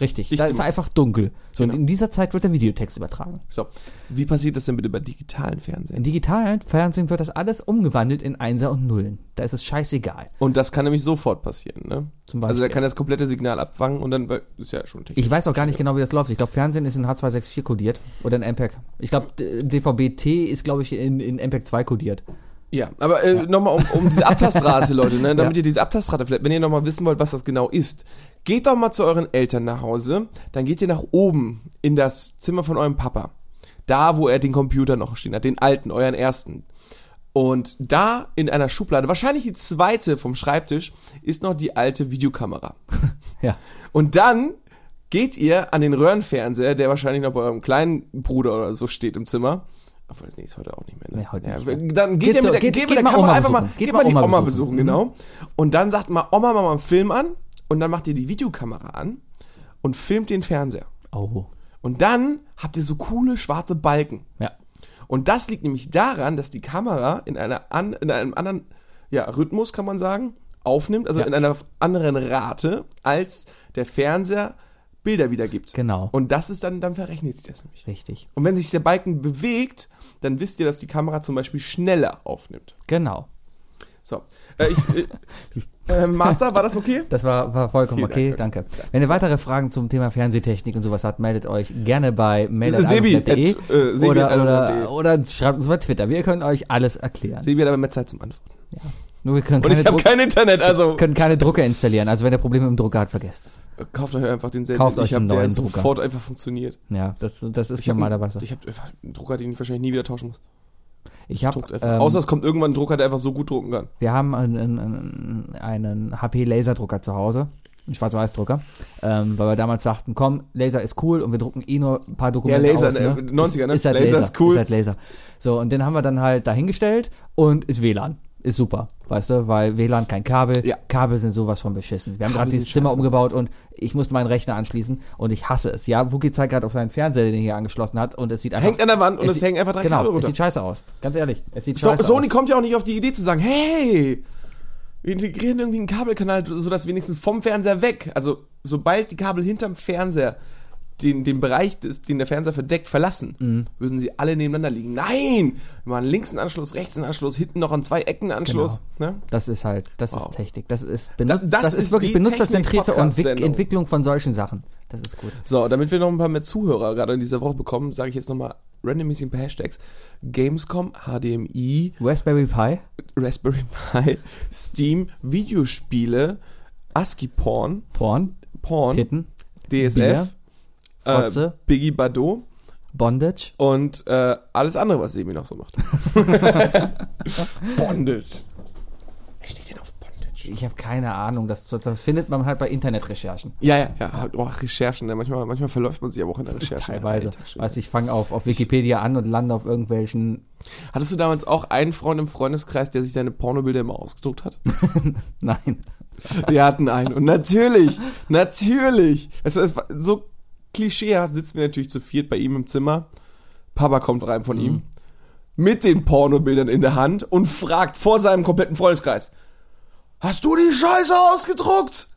Richtig, Dicht da ist gemacht. einfach dunkel. So, Genau. und in dieser Zeit wird der Videotext übertragen. so. Wie passiert das denn bitte bei digitalen Fernsehen? Im digitalen Fernsehen wird das alles umgewandelt in Einser und Nullen. Da ist es scheißegal. Und das kann nämlich sofort passieren, ne? Zum Also Beispiel. da kann das komplette Signal abfangen und dann, weil- ist ja schon technisch. Ich weiß auch gar nicht genau, wie das läuft. Ich glaube, Fernsehen ist in H264 kodiert oder in MPEG. Ich glaube, D- DVB-T ist, glaube ich, in, in MPEG 2 kodiert. Ja, aber äh, nochmal um, um diese Abtastrate, Leute, ne? damit Ja. ihr diese Abtastrate vielleicht, wenn ihr nochmal wissen wollt, was das genau ist, geht doch mal zu euren Eltern nach Hause, dann geht ihr nach oben in das Zimmer von eurem Papa. Da, wo er den Computer noch stehen hat, den alten, euren ersten. Und da in einer Schublade, wahrscheinlich die zweite vom Schreibtisch, ist noch die alte Videokamera. Ja. Und dann geht ihr an den Röhrenfernseher, der wahrscheinlich noch bei eurem kleinen Bruder oder so steht im Zimmer. Obwohl, das nee, ist heute auch nicht mehr. Ne? Nee, heute nicht ja, Dann geht, Geht ihr so, mit der, geht- geht, mit geht der mal Kamera Oma einfach mal, besuchen. geht mal die Oma besuchen, Mhm. genau. Und dann sagt mal, Oma, mach mal einen Film an. Und dann macht ihr die Videokamera an und filmt den Fernseher. Oh. Und dann habt ihr so coole schwarze Balken. Ja. Und das liegt nämlich daran, dass die Kamera in, einer an, in einem anderen ja, Rhythmus, kann man sagen, aufnimmt, also Ja. in einer anderen Rate, als der Fernseher Bilder wiedergibt. Genau. Und das ist dann, dann verrechnet sich das nämlich. Richtig. Und wenn sich der Balken bewegt, dann wisst ihr, dass die Kamera zum Beispiel schneller aufnimmt. Genau. So. Äh, ich, äh, äh, Master, war das okay? Das war, war vollkommen Vielen okay, Dank. danke. Wenn ihr weitere Fragen zum Thema Fernsehtechnik und sowas habt, meldet euch gerne bei Sebi at, mail.de äh, Sebi at eh oder, alphabet.de. oder, oder schreibt uns bei Twitter. Wir können euch alles erklären. Sebi hat aber mehr Zeit zum Antworten. Nur wir können Und keine, ich habe Druck, kein Internet, also können keine Drucker installieren. Also wenn ihr Probleme mit dem Drucker habt, vergesst es. kauft euch einfach denselben. Kauft euch ich hab- einen der neuen hat Drucker. sofort einfach funktioniert. Ja, das, das ist Ich hab- normalerweise. Ich habe einfach einen Drucker, den ich wahrscheinlich nie wieder tauschen muss. Ich habe, Druckt einfach. ähm, also Außer es kommt irgendwann ein Drucker, der einfach so gut drucken kann. wir haben einen, einen, einen HP-Laserdrucker zu Hause, einen Schwarz-Weiß-Drucker, ähm, weil wir damals sagten, komm, Laser ist cool und wir drucken eh nur ein paar Dokumente Ja, Laser, aus. ne? 90er, ne? Ist, ist halt Laser Laser, ist cool. Ist halt Laser. So, und den haben wir dann halt dahingestellt und ist WLAN. Ist super. Weißt du, weil WLAN kein Kabel. Ja. Kabel sind sowas von beschissen. Wir haben Kabel gerade dieses sind Zimmer scheiße. umgebaut und ich musste meinen Rechner anschließen und ich hasse es. Ja, Wookie zeigt gerade auf seinen Fernseher, den er hier angeschlossen hat und es sieht einfach. Hängt an der Wand und es es, sieht- hängen einfach drei Kabel genau, es runter. sieht scheiße aus. Ganz ehrlich, es sieht So, scheiße Sony aus. kommt ja auch nicht auf die Idee zu sagen, hey, wir integrieren irgendwie einen Kabelkanal, sodass wenigstens vom Fernseher weg, also sobald die Kabel hinterm Fernseher den, den Bereich, des, den der Fernseher verdeckt, verlassen, Mhm. würden sie alle nebeneinander liegen. Nein! Wir machen links einen Anschluss, rechts einen Anschluss, hinten noch an zwei Ecken einen Anschluss. Ne? Das ist halt, das Wow. ist Technik. Das ist, benutz, das das, ist, ist wirklich die benutzerzentrierte Entwick Technik-Podcast-Sendung. Entwicklung von solchen Sachen. Das ist gut. So, damit wir noch ein paar mehr Zuhörer gerade in dieser Woche bekommen, sage ich jetzt nochmal randommäßig ein paar Hashtags. Gamescom, HDMI, Raspberry Pi. Raspberry Pi, Steam, Videospiele, ASCII-Porn, Porn, Porn, Titten, Bier, DSF, äh, Fotze, Biggie Bardot Bondage. und äh, alles andere, was Semi noch so macht. Bondage. Wer steht denn auf Bondage? Ich habe keine Ahnung. Das, das findet man halt bei Internetrecherchen. Ja, ja, ja. Oh, Recherchen. ne? Manchmal, manchmal verläuft man sich aber auch in der Recherche. Teilweise. Alter, schön. Weißt du, ich fange auf, auf Wikipedia an und lande auf irgendwelchen. Hattest du damals auch einen Freund im Freundeskreis, der sich seine Pornobilder immer ausgedruckt hat? Nein. Wir hatten einen. Und natürlich, natürlich. Es ist so klischeehaft sitzen wir natürlich zu viert bei ihm im Zimmer. Papa kommt rein von ihm. Mit den Pornobildern in der Hand und fragt vor seinem kompletten Freundeskreis: Hast du die Scheiße ausgedruckt?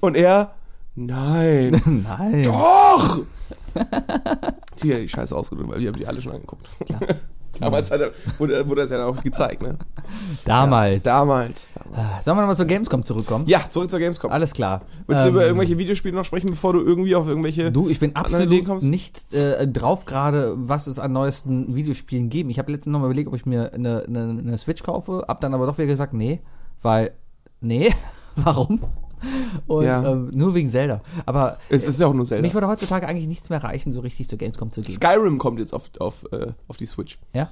Und er: Nein. Nein. Doch! Die hat die Scheiße ausgedruckt, weil wir haben die alle schon angeguckt. Damals hat er, wurde, wurde das ja auch gezeigt, ne? Damals. Damals. damals. Sollen wir nochmal zur Gamescom zurückkommen? Ja, zurück zur Gamescom. Alles klar. Willst du Ähm, über irgendwelche Videospiele noch sprechen, bevor du irgendwie auf irgendwelche. Du, ich bin andere Ideen absolut kommst? nicht äh, drauf gerade, was es an neuesten Videospielen geben. Ich habe letztens nochmal überlegt, ob ich mir eine, eine, eine Switch kaufe, hab dann aber doch wieder gesagt, nee, weil, nee, warum? Und Ja. ähm, nur wegen Zelda. Aber es ist ja auch nur mich Zelda. würde heutzutage eigentlich nichts mehr reichen, so richtig zu Gamescom zu gehen. Skyrim kommt jetzt auf, auf, äh, auf die Switch. Ja?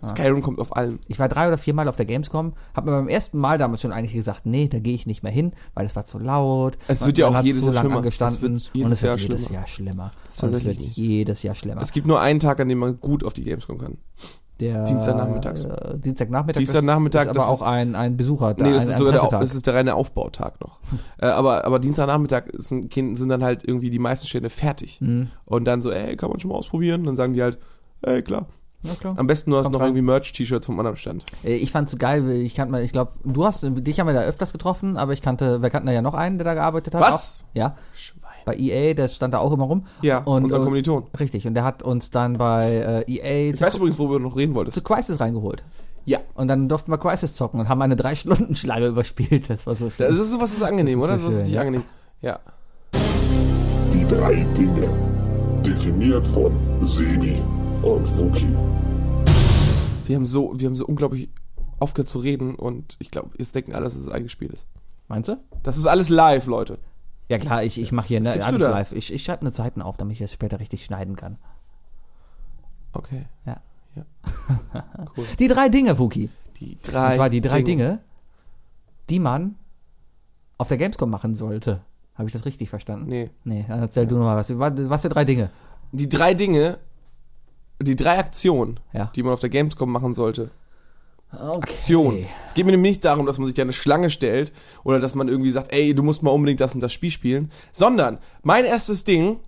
Ah. Skyrim kommt auf allem. Ich war drei oder viermal auf der Gamescom, habe mir beim ersten Mal damals schon eigentlich gesagt, nee, da gehe ich nicht mehr hin, weil es war zu laut. Es man- wird ja man auch hat jedes so Jahr lange schlimmer. Es angestanden wird jedes und es Jahr wird jedes schlimmer. Jahr schlimmer. ist Und es wird tatsächlich nicht. jedes Jahr schlimmer. Es gibt nur einen Tag, an dem man gut auf die Gamescom kann. Der, Dienstagnachmittags. Äh, Dienstagnachmittag. Dienstagnachmittag, ist aber das auch ist- ein, ein Besucher da. nee, ein, das ist, ein sogar der, Au- Pressetag. das ist der reine Aufbautag noch. äh, aber, aber Dienstagnachmittag sind, sind dann halt irgendwie die meisten Stände fertig. Mhm. Und dann so, ey, kann man schon mal ausprobieren? Und dann sagen die halt, ey, klar. Ja, klar. Am besten du hast Kommt noch rein. irgendwie Merch-T-Shirts vom anderen Stand. Äh, Ich fand's geil, weil ich kannte mal, ich glaube, du hast, dich haben wir da öfters getroffen, aber ich kannte, wir kannten da ja noch einen, der da gearbeitet hat. Was? Auch. Ja, Schwein. bei EA, der stand da auch immer rum. Ja, Und- äh, unser und- Kommiliton. Richtig, und der hat uns dann bei äh, EA Ich zu, weiß übrigens, worüber du noch reden wolltest. zu Crisis reingeholt. Ja. Und dann durften wir Crisis zocken und haben eine drei stunden schlange überspielt. Das war so schön. Das ist sowas, ist angenehm, Das oder? ist Das so ist schön, richtig ja. angenehm. Ja. Die drei Dinge. Definiert von Sebi und Wookie. Wir haben so, wir haben so unglaublich aufgehört zu reden und ich glaube, jetzt denken alle, dass es eingespielt ist. Meinst du? Das ist alles live, Leute. Ja klar, ich, ich mache hier Was ne, tippst alles du da? live. Ich, ich schreibe eine Zeiten auf, damit ich das später richtig schneiden kann. Okay. Ja. Ja. Cool. Die drei Dinge, Wookie. Die drei. Und zwar die drei Dinge. die man auf der Gamescom machen sollte. Habe ich das richtig verstanden? Nee, Nee. dann erzähl du nochmal was. Was für drei Dinge? Die drei Dinge, die drei Aktionen, Ja. die man auf der Gamescom machen sollte, Okay. Aktion. Es geht mir nämlich nicht darum, dass man sich da eine Schlange stellt oder dass man irgendwie sagt, ey, du musst mal unbedingt das und das Spiel spielen, sondern mein erstes Ding,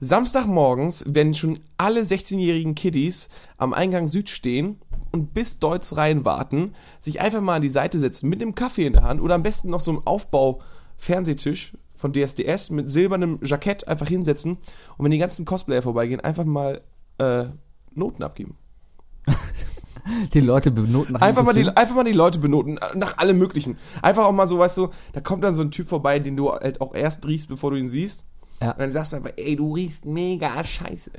Samstagmorgens, wenn schon alle 16-jährigen Kiddies am Eingang Süd stehen und bis Deutz rein warten, sich einfach mal an die Seite setzen mit einem Kaffee in der Hand oder am besten noch so einem Aufbau-Fernsehtisch von DSDS mit silbernem Jackett einfach hinsetzen und wenn die ganzen Cosplayer vorbeigehen, einfach mal äh, Noten abgeben. Die Leute benoten nach dem Einfach mal, die, Kostüm. einfach mal die Leute benoten, nach allem Möglichen. Einfach auch mal so, weißt du, da kommt dann so ein Typ vorbei, den du halt auch erst riechst, bevor du ihn siehst. Ja. Und dann sagst du einfach, ey, du riechst mega scheiße.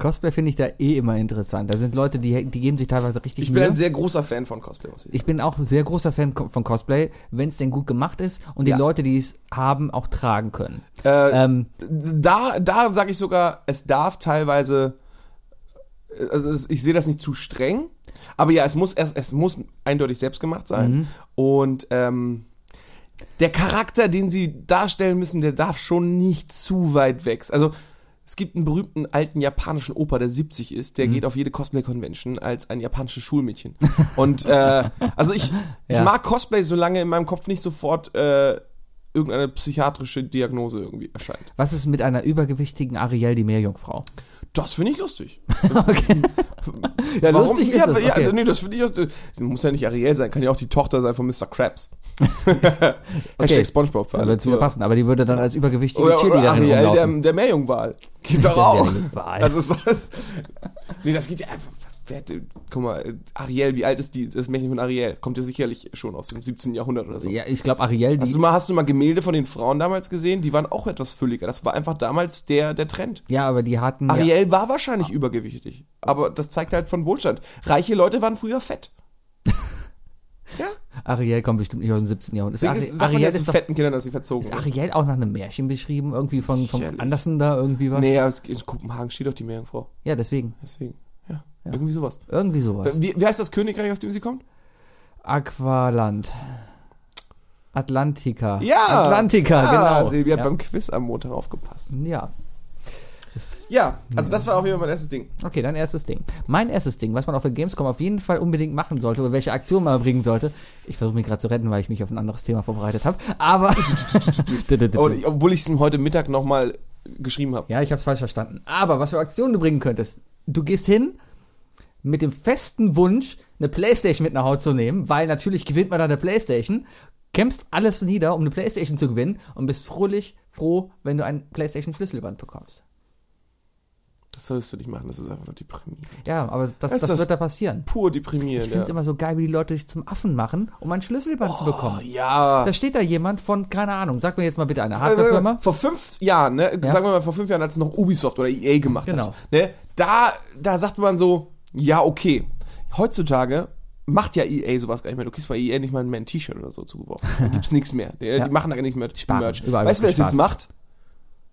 Cosplay finde ich da eh immer interessant. Da sind Leute, die, die geben sich teilweise richtig Ich bin ein sehr großer Fan von Cosplay. muss ich sagen. Ne? ich bin auch sehr großer Fan ko- von Cosplay, wenn es denn gut gemacht ist und die Ja. Leute, die es haben, auch tragen können. Äh, Ähm, da da sage ich sogar, es darf teilweise, also es- ich sehe das nicht zu streng, aber ja, es muss, es, es muss eindeutig selbst gemacht sein. Mhm. Und ähm, der Charakter, den sie darstellen müssen, der darf schon nicht zu weit weg. Also Es gibt einen berühmten alten japanischen Opa, der 70 ist, der geht auf jede Cosplay-Convention als ein japanisches Schulmädchen. Und äh, also ich, ich Ja. mag Cosplay, solange in meinem Kopf nicht sofort äh, irgendeine psychiatrische Diagnose irgendwie erscheint. Was ist mit einer übergewichtigen Ariel, die Meerjungfrau? Das finde ich lustig. Okay. ja, lustig ist ja, es. Okay. ja, also nee, das finde ich lustig. Muss ja nicht Ariel sein, kann ja auch die Tochter sein von Mr. Krabs. Hashtag Spongebob für da alle. würde es wieder passen, aber die würde dann als übergewichtige Oder, oder Cheerleaderin Ariel, der, rumlaufen. der Meerjungwahl. Geht doch Der auch. Meerjungwahl. Also so, das, nee, das geht ja einfach. was- Wer, hätte- guck mal, äh, Ariel, wie alt ist die, das Märchen von Ariel? Kommt ja sicherlich schon aus dem 17. Jahrhundert oder Also, so. ja, ich glaube, Ariel, die. Hast, du mal, hast du mal Gemälde von den Frauen damals gesehen? Die waren auch etwas fülliger. Das war einfach damals der, der Trend. ja, aber die hatten. ja, Ariel war wahrscheinlich übergewichtig, aber das zeigt halt von Wohlstand. Reiche Leute waren früher fett. ja, Ariel kommt bestimmt nicht aus dem 17. Jahrhundert. Ist, deswegen Ari ist, sagt man Ariel ja zu ist, doch, fetten Kindern, dass sie verzogen ist sind. Ariel auch nach einem Märchen beschrieben? Irgendwie von, von Sicherlich. Andersen da irgendwie was? Nee, ja, es- in Kopenhagen steht doch die Meerjungfrau. Ja, deswegen. Deswegen, ja, irgendwie sowas. Irgendwie sowas. Wie, wie heißt das Königreich, aus dem sie kommt? Aqualand. Atlantica. Ja! Atlantica, Ah, genau. Silvia hat ja. beim Quiz am Montag aufgepasst. ja. Ja, also das war auf jeden Fall mein erstes Ding. Okay, dein erstes Ding. Mein erstes Ding, was man auf der Gamescom auf jeden Fall unbedingt machen sollte oder welche Aktion man bringen sollte. Ich versuche mich gerade zu retten, weil ich mich auf ein anderes Thema vorbereitet habe. Aber. Und, obwohl ich es ihm heute Mittag nochmal geschrieben habe. Ja, ich hab's falsch verstanden. Aber was für Aktionen du bringen könntest. Du gehst hin mit dem festen Wunsch, eine Playstation mit nach Hause zu nehmen, weil natürlich gewinnt man da eine Playstation, kämpfst alles nieder, um eine Playstation zu gewinnen und bist fröhlich froh, wenn du ein Playstation-Schlüsselband bekommst. Das solltest du nicht machen, das ist einfach nur deprimierend. Ja, aber das, Ist das, das- wird da passieren. Pur deprimierend. Ich find's immer so geil, wie die Leute sich zum Affen machen, um ein Schlüsselband zu Oh, bekommen. ja. Da steht da jemand von, keine Ahnung, sag mir jetzt mal bitte eine Also, sagen wir mal, Hardwarefirma. vor fünf Jahren, ne? Sagen wir mal, vor fünf Jahren, als es noch Ubisoft oder EA gemacht Genau. hat. Ne? Da, da sagt man so, ja, okay. Heutzutage macht ja EA sowas gar nicht mehr. Du kriegst bei EA nicht mal mehr ein T-Shirt oder so zugeworfen. Da gibt's nichts mehr. Die, die machen da nicht mehr Sparen. Merch. Überall Weißt du, wer wird das jetzt gespart. macht?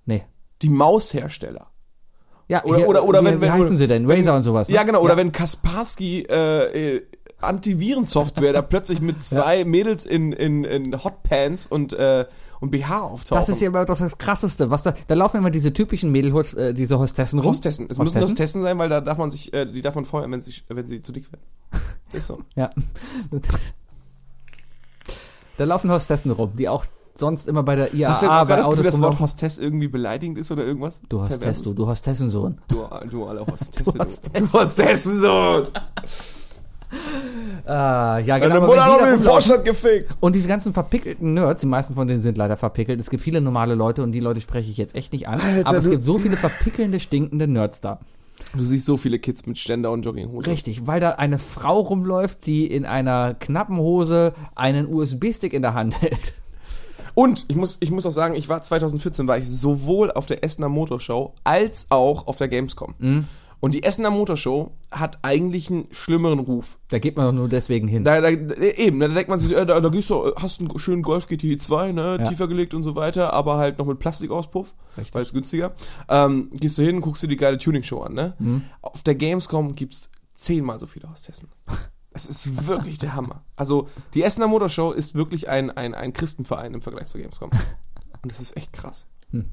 Nee. Die Maushersteller. Ja, Oder- hier, oder- oder wie, wenn- wie wenn- heißen sie denn? Razer und sowas. ne? Ja, genau. Oder wenn Kaspersky äh, äh, Antivirensoftware da plötzlich mit zwei Mädels in, in, in Hotpants und, äh, und BH auftauchen. Das ist ja immer das, das Krasseste. Was da, da laufen immer diese typischen Mädels, äh, diese Hostessen rum. Hostessen. Es müssen Hostessen sein, weil da darf man sich, äh, die darf man feuern, wenn sie, wenn sie zu dick werden. Ist so. Ja. da laufen Hostessen rum, die auch sonst immer bei der IAA, Hast du jetzt auch bei gerade das Gefühl, das Wort ah, rumlaufen. Hostess irgendwie beleidigend ist oder irgendwas? Du Hostess, du, du Hostessensohn. Du, du alle Hostesse, du. Hostessen. Du Hostessensohn! Ah, ja, Deine aber genau, wenn Mutter die hat da mir den rumlaufen- Vorstand gefickt! Und diese ganzen verpickelten Nerds, die meisten von denen sind leider verpickelt. Es gibt viele normale Leute und die Leute spreche ich jetzt echt nicht an. Alter, aber es du- gibt so viele verpickelnde, stinkende Nerds da. Du siehst so viele Kids mit Ständer und Jogginghose. Richtig, weil da eine Frau rumläuft, die in einer knappen Hose einen USB-Stick in der Hand hält. Und ich muss, ich muss auch sagen, ich war 2014 war ich sowohl auf der Essener Motorshow als auch auf der Gamescom. Und die Essener Motorshow hat eigentlich einen schlimmeren Ruf. Da geht man doch nur deswegen hin. Da, da, eben, da denkt man sich, äh, da, da gehst du, äh, hast einen schönen Golf GTI 2, ne, Ja. tiefer gelegt und so weiter, aber halt noch mit Plastikauspuff, Richtig. weil es günstiger. Ähm, gehst du hin, guckst dir die geile Tuning-Show an, ne? Mhm. Auf der Gamescom gibt's zehnmal so viele Hostessen. Es ist wirklich der Hammer. Also, die Essener Motorshow ist wirklich ein, ein, ein Christenverein im Vergleich zur Gamescom. Und das ist echt krass. Hm.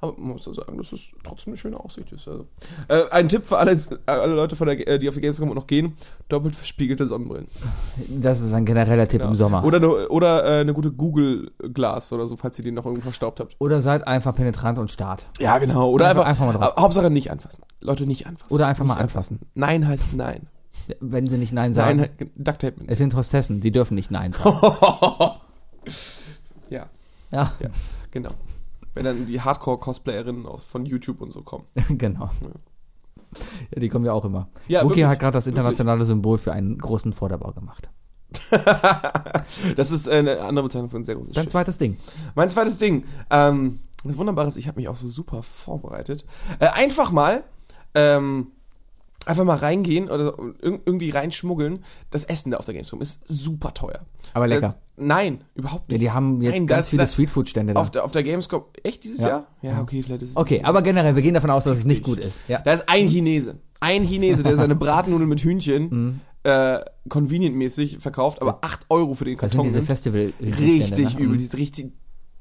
Aber man muss ja sagen, dass es trotzdem eine schöne Aussicht ist. Also. Äh, ein Tipp für alle, alle Leute, von der, äh, die auf die Gamescom noch gehen, doppelt verspiegelte Sonnenbrillen. Das ist ein genereller Tipp Ja. im Sommer. Genau. Oder, eine, oder äh, eine gute Google Glass oder so, falls ihr die noch irgendwo verstaubt habt. Oder seid einfach penetrant und start. Ja, genau. Oder Einfach- einfach, einfach mal drauf. Hau- Hauptsache nicht anfassen. Leute, nicht anfassen. Oder einfach nicht mal anfassen. Nein heißt nein. Wenn sie nicht Nein sagen. Nein, he- Duct Tape. mit. Es sind Hostessen, die dürfen nicht Nein sagen. ja, ja, ja, genau. Wenn dann die Hardcore-Cosplayerinnen aus von YouTube und so kommen. genau. Ja, die kommen ja auch immer. Ja, Wookie wirklich, hat gerade das wirklich. internationale Symbol für einen großen Vorderbau gemacht. Das ist äh, eine andere Bezeichnung für ein sehr großes Dein Schiff. zweites Ding. Mein zweites Ding. Ähm, das Wunderbare ist, ich habe mich auch so super vorbereitet. Äh, einfach mal, ähm, einfach mal reingehen oder so, irg- irgendwie reinschmuggeln. Das Essen da auf der Gamescom ist super teuer. Aber lecker. Äh, nein, überhaupt Ja, nicht. die haben jetzt Nein, ganz das- viele das- Streetfood-Stände da. auf, der, auf der Gamescom. Echt dieses Ja. Jahr? Ja, okay, vielleicht ist es. Okay, äh, aber generell, wir gehen davon aus, dass es nicht gut Richtig. ist. Ja. Da ist ein Chinese. Ein Chinese, der seine Bratnudel mit Mhm. Hühnchen äh, convenient-mäßig verkauft, aber 8 Euro für den Das sind Karton. diese ne? nimmt. festival Richtig übel, die ist richtig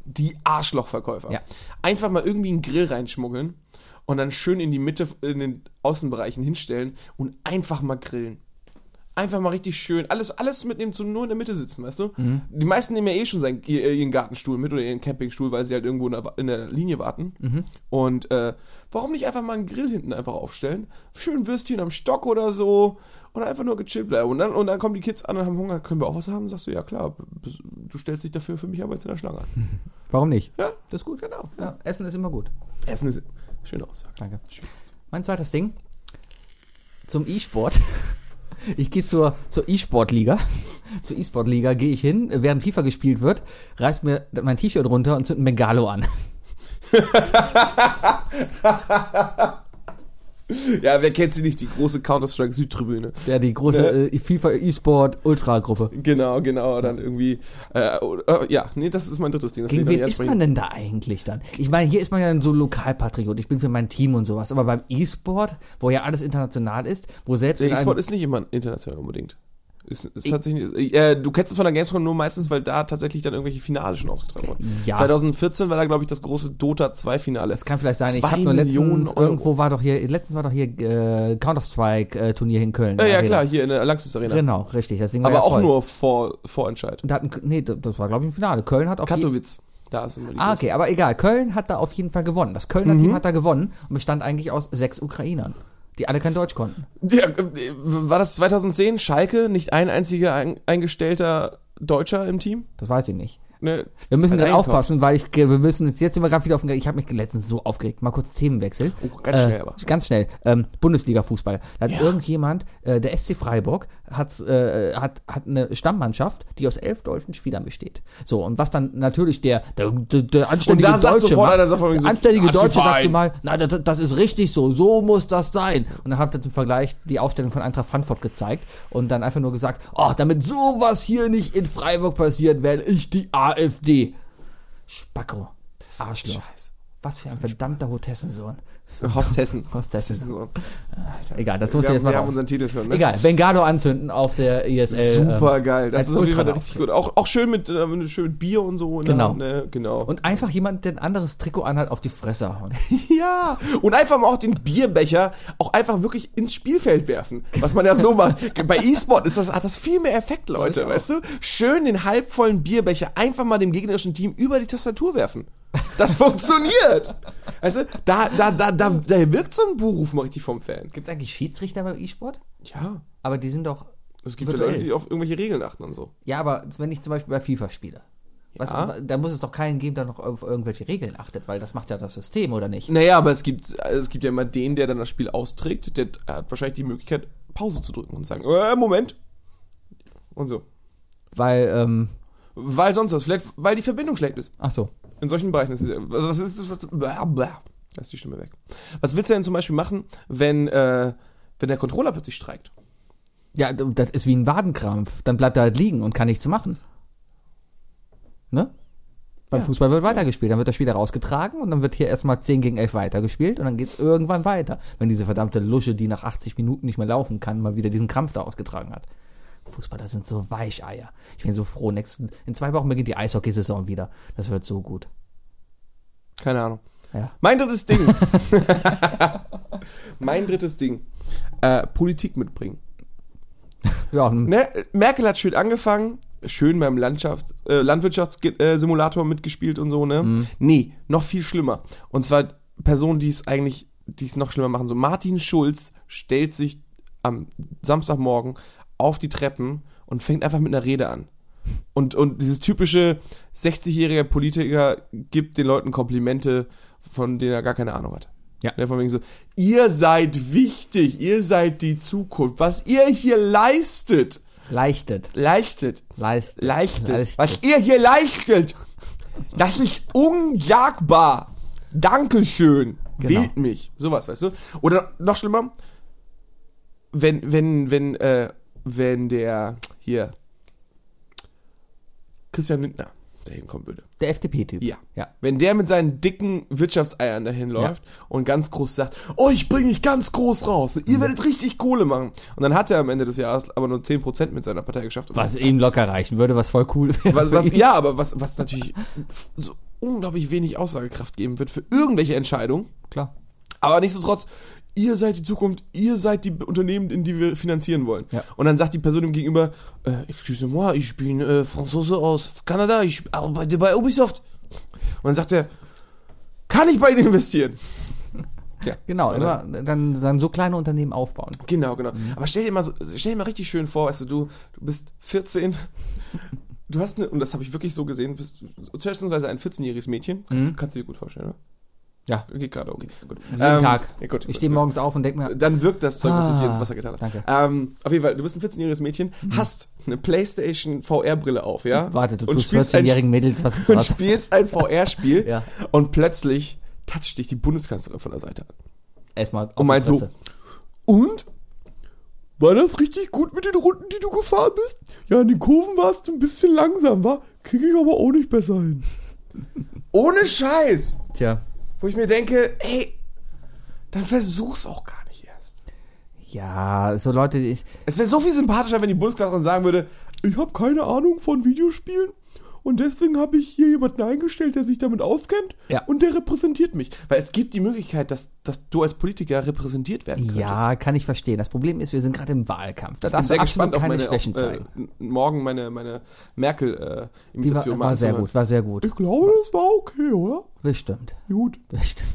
die Arschlochverkäufer. Mhm. Ja. Einfach mal irgendwie einen Grill reinschmuggeln und dann schön in die Mitte, in den Außenbereichen hinstellen und einfach mal grillen. Einfach mal richtig schön. Alles, alles mitnehmen, so nur in der Mitte sitzen, weißt du? Mhm. Die meisten nehmen ja eh schon seinen, ihren Gartenstuhl mit oder ihren Campingstuhl, weil sie halt irgendwo in der, Wa- in der Linie warten. Mhm. Und äh, warum nicht einfach mal einen Grill hinten einfach aufstellen? Schön Würstchen am Stock oder so. Oder einfach nur gechillt bleiben. Und dann, und dann kommen die Kids an und haben Hunger. Können wir auch was haben? Sagst du, ja klar, du stellst dich dafür für mich aber jetzt in der Schlange an. Warum nicht? Ja, Hm. Das ist gut. genau. Ja, Essen ist immer gut. Essen ist. Schöne Aussage. Danke. Schöne Aussage. Mein zweites Ding zum E-Sport. Ich gehe zur, zur E-Sport-Liga. Zur E-Sport-Liga gehe ich hin, während FIFA gespielt wird, reiß mir mein T-Shirt runter und zünd ein Bengalo an. Ja, wer kennt sie nicht? Die große Counter-Strike-Südtribüne. Ja, die Ne? große äh, FIFA E-Sport Ultra-Gruppe. Genau, genau. Dann irgendwie. Äh, oder- äh, ja, nee, das ist mein drittes Ding. Das Gegen will ich wen noch ist nicht man denn da eigentlich dann? Ich meine, hier ist man ja so Lokalpatriot. Ich bin für mein Team und sowas. Aber beim E-Sport, wo ja alles international ist, wo selbst Der in einem- E-Sport ist nicht immer international unbedingt. Ist, ist tatsächlich, nicht- äh, du kennst es von der Gamescom nur meistens, weil da tatsächlich dann irgendwelche Finale schon ausgetragen wurden. Ja. 2014 war da, glaube ich, das große Dota 2 Finale. Es kann vielleicht sein, ich Zwei habe nur Millionen letztens Euro. irgendwo war doch hier, letztens war doch hier äh, Counter-Strike-Turnier in Köln. Äh, Ja, ja, Arena. klar, hier in der Lanxess Arena. Genau, richtig. Das Ding war Aber ja auch voll. nur vor, Vorentscheid. Da hatten, nee, das war glaube ich im Finale. Köln hat auf jeden Katowice. Da ist immer die Ah, große- okay, aber egal. Köln hat da auf jeden Fall gewonnen. Das Kölner Mhm. Team hat da gewonnen und bestand eigentlich aus sechs Ukrainern, die alle kein Deutsch konnten. Ja, äh, war das 2010? Schalke, nicht ein einziger ein, eingestellter Deutscher im Team? Das weiß ich nicht. Ne, Wir müssen halt gerade eingekauft. aufpassen, weil ich, wir müssen jetzt, jetzt sind wir gerade wieder auf dem, ich habe mich letztens so aufgeregt. Mal kurz Themenwechsel. Oh, ganz schnell aber. Äh, ganz schnell. Ähm, Bundesliga-Fußball. Da hat irgendjemand, äh, der SC Freiburg, hat, äh, hat, hat eine Stammmannschaft, die aus elf deutschen Spielern besteht. So, und was dann natürlich der, der, der, der anständige Und da sagt Deutsche sofort macht, einer, sagt von wegen der so, anständige "Nazi-Verein." Deutsche sagt zumal, nein, das, das ist richtig so, so muss das sein. Und dann habt ihr zum Vergleich die Aufstellung von Eintracht Frankfurt gezeigt und dann einfach nur gesagt, ach, damit sowas hier nicht in Freiburg passiert, werde ich die AfD. Spacko. Arschloch. Scheiße. Was für ein verdammter Hotessensohn. Horst Hessen. Hotessensohn. So. Egal, das Wir muss ich haben, jetzt mal wir haben raus. unseren Titel schon. Ne? Egal, Bengalo anzünden auf der E ISL. Super geil. Äh, ähm, als Das ist auf jeden Fall Ultra richtig gut. Auch, auch schön mit äh, schön mit Bier und so. Ne? Genau. Ne? genau. Und einfach jemand, der ein anderes Trikot anhat, auf die Fresse hauen. ja. Und einfach mal auch den Bierbecher auch einfach wirklich ins Spielfeld werfen. Was man ja so macht. Bei E-Sport ist das, hat das viel mehr Effekt, Leute. Weißt du? Schön den halbvollen Bierbecher einfach mal dem gegnerischen Team über die Tastatur werfen. Das funktioniert. Also, da, da, da, da, da wirkt so ein Buhruf mal richtig vom Fan. Gibt es eigentlich Schiedsrichter beim E-Sport? Ja. Aber die sind doch. Es gibt ja virtuell. Leute, die auf irgendwelche Regeln achten und so. Ja, aber wenn ich zum Beispiel bei FIFA spiele, Ja. was, da muss es doch keinen geben, der noch auf irgendwelche Regeln achtet, weil das macht ja das System, oder nicht? Naja, aber es gibt, also es gibt ja immer den, der dann das Spiel austrägt, der hat wahrscheinlich die Möglichkeit, Pause zu drücken und zu sagen, äh, Moment. Und so. Weil, ähm, Weil sonst was, vielleicht, weil die Verbindung schlecht ist. ach so. In solchen Bereichen ist es, was ist das, was, bla, bla. Lass die Stimme weg. Was willst du denn zum Beispiel machen, wenn, äh, wenn der Controller plötzlich streikt? Ja, d- das ist wie ein Wadenkrampf. Dann bleibt er halt liegen und kann nichts machen. Ne? Beim Ja. Fußball wird weitergespielt. Dann wird das Spiel da rausgetragen und dann wird hier erstmal 10 gegen 11 weitergespielt und dann geht's irgendwann weiter. Wenn diese verdammte Lusche, die nach 80 Minuten nicht mehr laufen kann, mal wieder diesen Krampf da ausgetragen hat. Fußballer sind so Weicheier. Ich bin so froh. Nächsten, in zwei Wochen beginnt die Eishockey-Saison wieder. Das wird so gut. Keine Ahnung. Ja. Mein drittes Ding. mein drittes Ding. Äh, Politik mitbringen. Ja, und Ne, Merkel hat schön angefangen, schön beim Landschafts-, äh, Landwirtschaftssimulator mitgespielt und so, ne? Nee, noch viel schlimmer. Und zwar Personen, die es eigentlich, die es noch schlimmer machen. So Martin Schulz stellt sich am Samstagmorgen auf die Treppen und fängt einfach mit einer Rede an. Und, und dieses typische 60-jährige Politiker gibt den Leuten Komplimente, von denen er gar keine Ahnung hat. Ja. Ne, Von wegen so, ihr seid wichtig, ihr seid die Zukunft. Was ihr hier leistet, leistet. leistet, Leistet. leistet, Leistet. was ihr hier leistet, das ist unjagbar. Dankeschön. Genau. Wählt mich. Sowas, weißt du? Oder noch schlimmer, wenn, wenn, wenn, äh, wenn der hier Christian Lindner dahin kommen würde. Der FDP-Typ. Ja. ja. Wenn der mit seinen dicken Wirtschaftseiern dahin läuft und ganz groß sagt, oh, ich bringe dich ganz groß raus, Mhm. ihr werdet richtig Kohle machen. Und dann hat er am Ende des Jahres aber nur 10% mit seiner Partei geschafft. Was ihm locker reichen würde, was voll cool wäre. was, für was ihn. ja, aber was, was natürlich so unglaublich wenig Aussagekraft geben wird für irgendwelche Entscheidungen. Klar. Aber nichtsdestotrotz, ihr seid die Zukunft, ihr seid die Unternehmen, in die wir finanzieren wollen. Ja. Und dann sagt die Person ihm gegenüber, äh, excusez-moi, ich bin äh, Franzose aus Kanada, ich arbeite bei Ubisoft. Und dann sagt er, kann ich bei Ihnen investieren? Ja. Genau, Oder? immer dann, dann so kleine Unternehmen aufbauen. Genau, genau. Mhm. Aber stell dir mal so, stell dir mal richtig schön vor, weißt du, du, du bist 14. Du hast eine, und das habe ich wirklich so gesehen, du bist schätzungsweise ein 14-jähriges Mädchen. Kannst, kannst du dir gut vorstellen, oder? Mhm. Ja. Geht gerade, okay. Gut. Ähm, Jeden Tag. Ja, gut, Ich gut, stehe gut. morgens auf und denke mir, Dann wirkt das Zeug, was ich dir Ah, ins Wasser getan habe. danke. Mhm. Ähm, auf jeden Fall, du bist ein 14-jähriges Mädchen, hast eine PlayStation VR-Brille auf, ja? warte, du und tust spielst ein, 14-jährigen Mädels, was ist und was? spielst ein VR-Spiel Ja. und plötzlich toucht dich die Bundeskanzlerin von der Seite an. Erstmal auf Und meint die so, Fresse. Und? War das richtig gut mit den Runden, die du gefahren bist? Ja, in den Kurven warst du ein bisschen langsam, war? Krieg ich aber auch nicht besser hin. Ohne Scheiß! Tja, Wo ich mir denke, ey, dann versuch's auch gar nicht erst. ja, so Leute, ich, Es wäre so viel sympathischer, wenn die Bundeskanzlerin sagen würde, ich habe keine Ahnung von Videospielen und deswegen habe ich hier jemanden eingestellt, der sich damit auskennt Ja. und der repräsentiert mich. Weil es gibt die Möglichkeit, dass, dass du als Politiker repräsentiert werden könntest. ja, kann ich verstehen. Das Problem ist, wir sind gerade im Wahlkampf. Da bin darfst sehr du absolut gespannt auf keine meine, Schwächen auf, äh, zeigen. n- morgen meine, meine äh, Die war, Merkel-Imitation war sehr gut, war sehr gut. also- Ich glaube, das war okay, oder? Bestimmt. Gut. Bestimmt.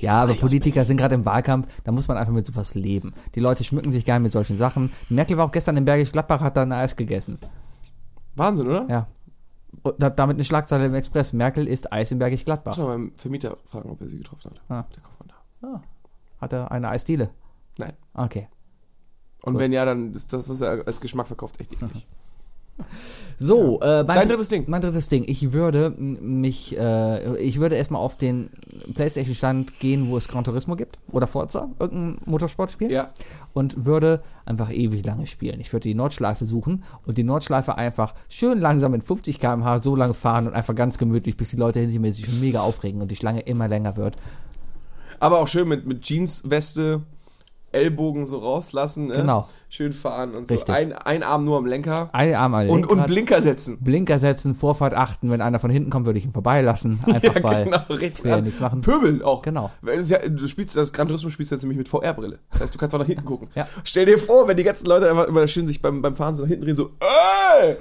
Ja, aber Politiker sind gerade im Wahlkampf, da muss man einfach mit sowas leben. Die Leute schmücken sich gerne mit solchen Sachen. Merkel war auch gestern in Bergisch Gladbach, hat da ein Eis gegessen. Wahnsinn, oder? Ja. Und hat damit eine Schlagzeile im Express. Merkel isst Eis in Bergisch Muss Gladbach. mal beim Vermieter fragen, ob er sie getroffen hat. Ah. Der kommt von da. Hat er eine Eisdiele? Nein. Okay. Und wenn ja, dann ist das, was er als Geschmack verkauft, echt Mhm. eklig. So, äh, mein, Dein drittes Ding. Mein drittes Ding. Ich würde m- mich, äh, ich würde erstmal auf den Playstation-Stand gehen, wo es Gran Turismo gibt. Oder Forza, irgendein Motorsportspiel. Ja. und würde einfach ewig lange spielen. Ich würde die Nordschleife suchen und die Nordschleife einfach schön langsam mit 50 km/h so lange fahren und einfach ganz gemütlich, bis die Leute hinter mir sich schon mega aufregen und die Schlange immer länger wird. Aber auch schön mit, mit Jeans-Weste, Ellbogen so rauslassen. Ne? Genau. Schön fahren und so. Richtig. Ein, ein Arm nur am Lenker. Ein Arm alle Und, und Lenkrad, Blinker setzen. Blinker setzen, Vorfahrt achten. Wenn einer von hinten kommt, würde ich ihn vorbeilassen. Einfach weil. genau, richtig. will ja nichts machen. Pöbeln auch. Genau. Weil es ist ja, du spielst das Gran Turismo spielst du jetzt nämlich mit VR-Brille. Das heißt, du kannst auch nach hinten gucken. Ja. Stell dir vor, wenn die ganzen Leute einfach immer schön sich beim, beim Fahren so nach hinten drehen, so, ey!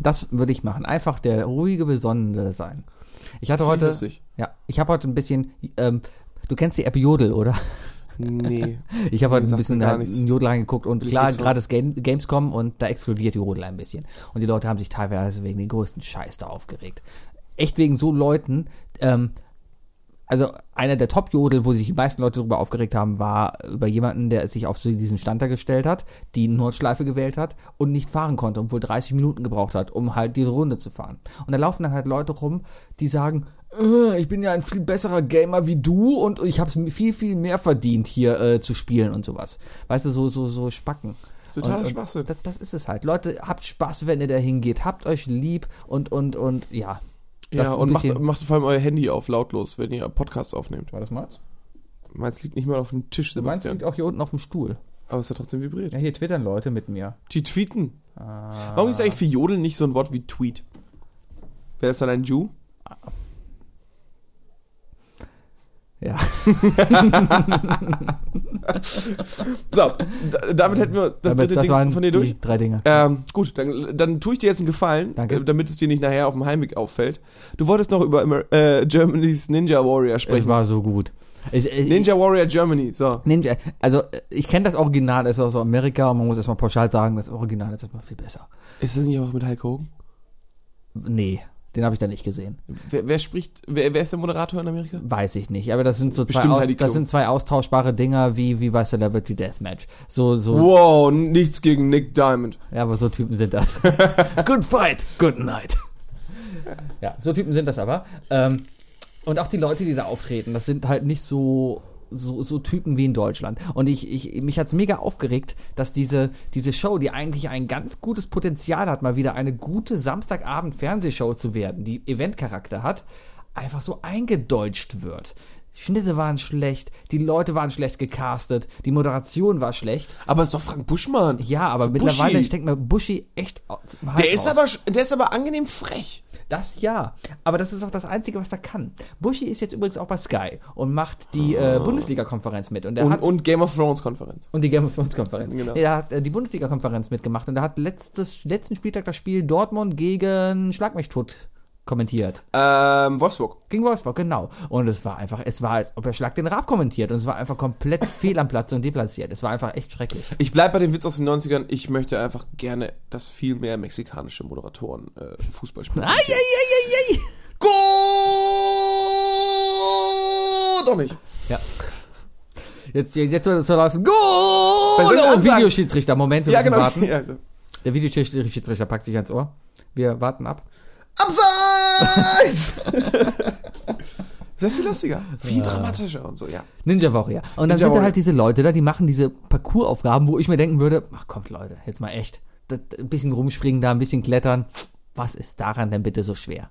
Das würde ich machen. Einfach der ruhige Besonnene sein. Ich hatte Finde ich heute. lustig. Ja, ich habe heute ein bisschen. Ähm, du kennst die App Jodel, oder? Nee. Ich habe Nee, heute ein sagt bisschen mir gar halt nichts. in Jodel reingeguckt und klar, nicht so. gerade das Game, Gamescom und da explodiert die Jodel ein bisschen. Und die Leute haben sich teilweise wegen den größten Scheiß da aufgeregt. Echt wegen so Leuten, ähm, also einer der Top-Jodel, wo sich die meisten Leute darüber aufgeregt haben, war über jemanden, der sich auf so diesen Stand da gestellt hat, die Nordschleife gewählt hat und nicht fahren konnte und wohl 30 Minuten gebraucht hat, um halt diese Runde zu fahren. Und da laufen dann halt Leute rum, die sagen, "Äh, ich bin ja ein viel besserer Gamer wie du und ich habe es viel, viel mehr verdient, hier äh, zu spielen und sowas. Weißt du, so, so, so Spacken. Totaler und, Schwachsinn. Und das, das ist es halt. Leute, habt Spaß, wenn ihr da hingeht. Habt euch lieb und, und, und, ja. Das ja, ein und macht, bisschen- macht vor allem euer Handy auf lautlos, wenn ihr Podcasts aufnehmt. War das Mats? Meins liegt nicht mal auf dem Tisch, Mats Sebastian. liegt auch hier unten auf dem Stuhl. Aber es hat trotzdem vibriert. Ja, hier twittern Leute mit mir. Die tweeten. Warum ist eigentlich für Jodel nicht so ein Wort wie Tweet? Wäre das dann ein Jew? Ja. So, d- damit hätten wir das Damit- dritte Ding von dir die durch. drei Dinge. Ähm, gut, dann, dann tue ich dir jetzt einen Gefallen, Danke. äh, damit es dir nicht nachher auf dem Heimweg auffällt. Du wolltest noch über Amer- äh, Germany's Ninja Warrior es sprechen. war so gut. Ich, ich, Ninja Warrior Germany, so. ich, Ninja, also äh, ich kenne das Original, das ist aus Amerika und man muss erstmal pauschal sagen, das Original ist immer viel besser. Ist das nicht auch mit Hulk Hogan? Nee, den habe ich da nicht gesehen. Wer, wer spricht, wer, wer ist der Moderator in Amerika? Weiß ich nicht, aber das sind so zwei, Bestimmt aus, Heidi Klum. das sind zwei austauschbare Dinger wie, wie bei Celebrity Deathmatch. So, so, Wow, nichts gegen Nick Diamond. Ja, aber so Typen sind das. good fight, good night. Ja, so Typen sind das aber. Ähm, und auch die Leute, die da auftreten, das sind halt nicht so, so, so Typen wie in Deutschland. Und ich, ich, mich hat's mega aufgeregt, dass diese, diese Show, die eigentlich ein ganz gutes Potenzial hat, mal wieder eine gute Samstagabend-Fernsehshow zu werden, die Eventcharakter hat, einfach so eingedeutscht wird. Die Schnitte waren schlecht, die Leute waren schlecht gecastet, die Moderation war schlecht. Aber ist doch Frank Buschmann. Ja, aber Buschi. mittlerweile, ich denke mir, Buschi echt. au- zum Hals Der ist, raus. aber, sch- der ist aber angenehm frech. Das ja. Aber das ist auch das Einzige, was er kann. Buschi ist jetzt übrigens auch bei Sky und macht die äh, Bundesliga-Konferenz mit. Und, er Ah. Und, hat, und Game of Thrones Konferenz. und die Game of Thrones-Konferenz. Genau. Nee, er hat äh, die Bundesliga-Konferenz mitgemacht und er hat letztes, letzten Spieltag das Spiel Dortmund gegen Schlag mich tot kommentiert. Ähm, Wolfsburg. Gegen Wolfsburg, genau. Und es war einfach, es war, als ob er Schlag den Raab kommentiert. Und es war einfach komplett fehl am Platz und deplatziert. Es war einfach echt schrecklich. Ich bleibe bei dem Witz aus den 90ern. Ich möchte einfach gerne, dass viel mehr mexikanische Moderatoren äh, Fußball spielen. Ai, ai, ai, ai, ai. Gut! Doch nicht. Ja. Jetzt, jetzt soll das so laufen. Goal! Bei solchen Und Ansagen- Videoschiedsrichter. Moment, wir Ja, müssen genau. warten. Ja, also. Der Videoschiedsrichter packt sich ans Ohr. Wir warten ab. Abseits! Sehr viel lustiger. Viel dramatischer und so, ja. Ninja Warrior. Und dann Ninja sind da Warrior. halt diese Leute da, die machen diese Parcoursaufgaben, wo ich mir denken würde, ach kommt Leute, jetzt mal echt. Das, ein bisschen rumspringen da, ein bisschen klettern. Was ist daran denn bitte so schwer?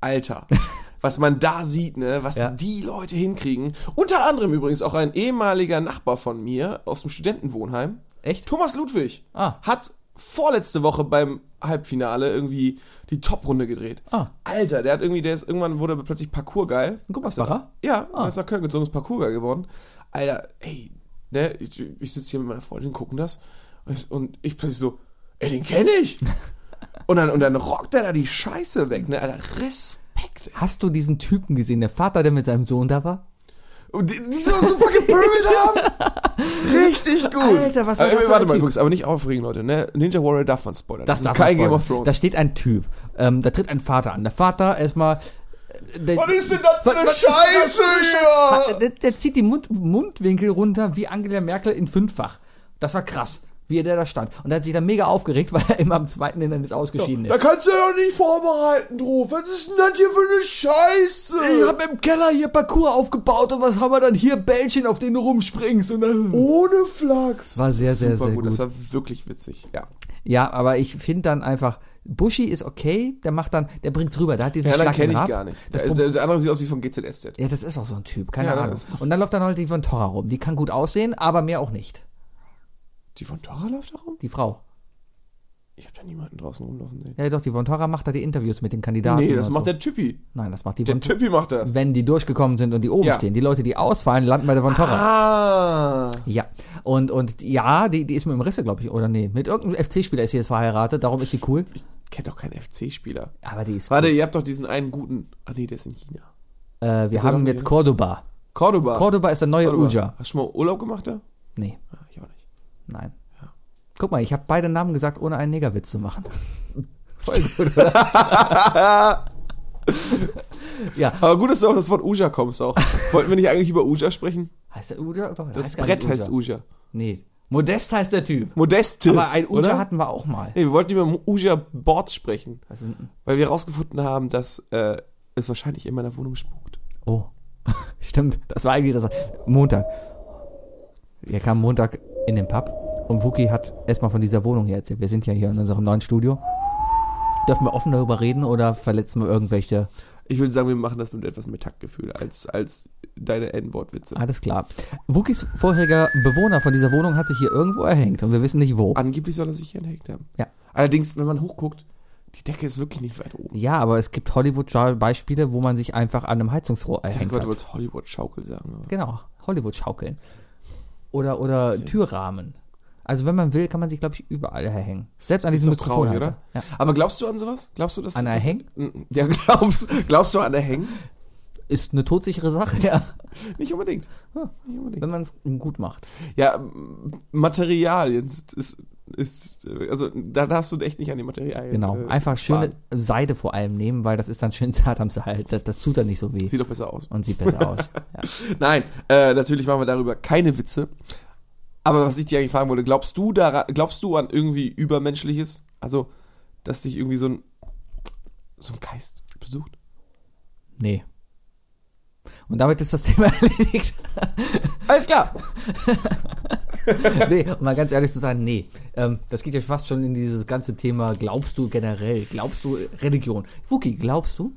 Alter, was man da sieht, ne, was Ja. die Leute hinkriegen. Unter anderem übrigens auch ein ehemaliger Nachbar von mir aus dem Studentenwohnheim, Echt? Thomas Ludwig, Ah. hat vorletzte Woche beim Halbfinale irgendwie die Top-Runde gedreht. Ah. Alter, der hat irgendwie, der ist irgendwann wurde plötzlich Parkour geil. Ein Gummersbacher? Ja, ah. ist nach Köln gezogen, ist Parkourger geworden. Alter, ey, ne, ich, ich sitze hier mit meiner Freundin, gucken das und ich, und ich plötzlich so, ey, den kenne ich. und, dann, und dann rockt er da die Scheiße weg, ne, Alter, Respekt. ey. Hast du diesen Typen gesehen, der Vater, der mit seinem Sohn da war? Und die, die so super gepöbelt haben. Richtig gut. Alter, was war aber, das für ein Warte mal, Typ? übrigens, aber nicht aufregen, Leute, ne, Ninja Warrior darf man spoilern. darf man kein Game spoilern. of Thrones. Da steht ein Typ. Ähm, da tritt ein Vater an. Der Vater erstmal. Der, was ist denn das für Was- eine was ist das Scheiße Ah, hier? Der, der zieht die Mund, Mundwinkel runter wie Angela Merkel in fünffach. Das war krass, wie der da stand. Und er hat sich dann mega aufgeregt, weil er immer am zweiten Hindernis ausgeschieden Da ist. kannst du doch nicht vorbereiten, drauf. Was ist denn das hier für eine Scheiße? habe im Keller hier Parcours aufgebaut und was haben wir dann hier? Bällchen, auf denen du rumspringst. Und dann Ohne Flachs. War sehr, sehr, sehr gut. Das war wirklich witzig. Ja. ja, aber ich finde dann einfach, Buschi ist okay, der macht dann, der bringt's rüber. Der hat diesen Herland Schlag kenne im ich Rab. gar nicht. Das Der- Problem- der, der andere sieht aus wie von GZSZ. ja, das ist auch so ein Typ, keine Ja, Ahnung. das- Und dann läuft dann halt die von Torra rum. Die kann gut aussehen, aber mehr auch nicht. Die von Tora läuft da rum? Die Frau. Ich habe da niemanden draußen rumlaufen sehen. Ja, doch, die von Torra macht da die Interviews mit den Kandidaten. nee, das und macht so. der Typi. Nein, das macht die Der von Typi macht das. wenn die durchgekommen sind und die oben Ja. stehen. Die Leute, die ausfallen, landen bei der Vontora. Ah. Ja. Und, und ja, die, die ist mit dem Risse, glaube ich, oder nee. Mit irgendeinem FC-Spieler ist sie jetzt verheiratet, darum ist sie cool. Kennt doch keinen FC-Spieler. Aber die ist Warte, ihr habt doch diesen einen guten. Ah nee, der ist in China. cool. Äh, wir er haben noch jetzt hier? Cordoba. Cordoba. Cordoba ist der neue Cordoba. Uja. Hast du schon mal Urlaub gemacht da? Nee, Ah, ich auch nicht. nein. Guck mal, ich habe beide Namen gesagt, ohne einen Negerwitz zu machen. Voll gut, oder? ja. Aber gut, dass du auf das Wort Uja kommst auch. Wollten wir nicht eigentlich über Uja sprechen? Heißt der Uja? überhaupt? Das Heißt gar nicht Brett heißt Uja. Nee. Modest heißt der Typ. Modeste. Aber ein Uja oder? hatten wir auch mal. Nee, wir wollten über Uja Boards sprechen. Was ist denn- Weil wir herausgefunden haben, dass äh, es wahrscheinlich in meiner Wohnung spukt. Oh, stimmt. Das war eigentlich das. Montag. Wir kamen Montag in den Pub und Wookie hat erstmal von dieser Wohnung hier erzählt. Wir sind ja hier in unserem neuen Studio. Dürfen wir offen darüber reden oder verletzen wir irgendwelche? Ich würde sagen, wir machen das mit etwas mehr Taktgefühl als, als deine N-Wort-Witze. Alles klar. Wookies vorheriger Bewohner von dieser Wohnung hat sich hier irgendwo erhängt und wir wissen nicht wo. Angeblich soll er sich hier entdeckt haben. Ja. Allerdings, wenn man hochguckt, die Decke ist wirklich nicht weit oben. Ja, aber es gibt Hollywood-Beispiele, wo man sich einfach an einem Heizungsrohr Ich dachte erhängt gerade, du hat. wolltest Hollywood-Schaukel sagen. Aber. Genau, Hollywood-Schaukeln. Oder, oder Türrahmen. Also wenn man will, kann man sich, glaube ich, überall erhängen. Selbst an Ist diesem doch traurig, Mikrofonhalter. oder? Ja. aber glaubst du an sowas? Glaubst du, dass... An Erhängen? dass- Ja, glaubst, glaubst du an Erhängen? ist eine todsichere Sache, ja, Nicht unbedingt. Hm. Nicht unbedingt. wenn man es gut macht. Ja, m- Materialien ist... ist ist, äh, also da darfst du echt nicht an die Materialien. Genau. äh, Einfach schöne sparen. Seide vor allem nehmen, weil das ist dann schön zart am Seil. Das, das tut dann nicht so weh Sieht doch besser aus. und sieht besser aus. Ja. Nein, äh, natürlich machen wir darüber keine Witze. Aber was ich dir eigentlich fragen wollte, glaubst du daran, glaubst du an irgendwie Übermenschliches? Also, dass dich irgendwie so ein, so ein Geist besucht? Nee. Und damit ist das Thema erledigt. Alles klar! nee, um mal ganz ehrlich zu sein, nee. Ähm, das geht ja fast schon in dieses ganze Thema, glaubst du generell, glaubst du Religion? Wookie, glaubst du?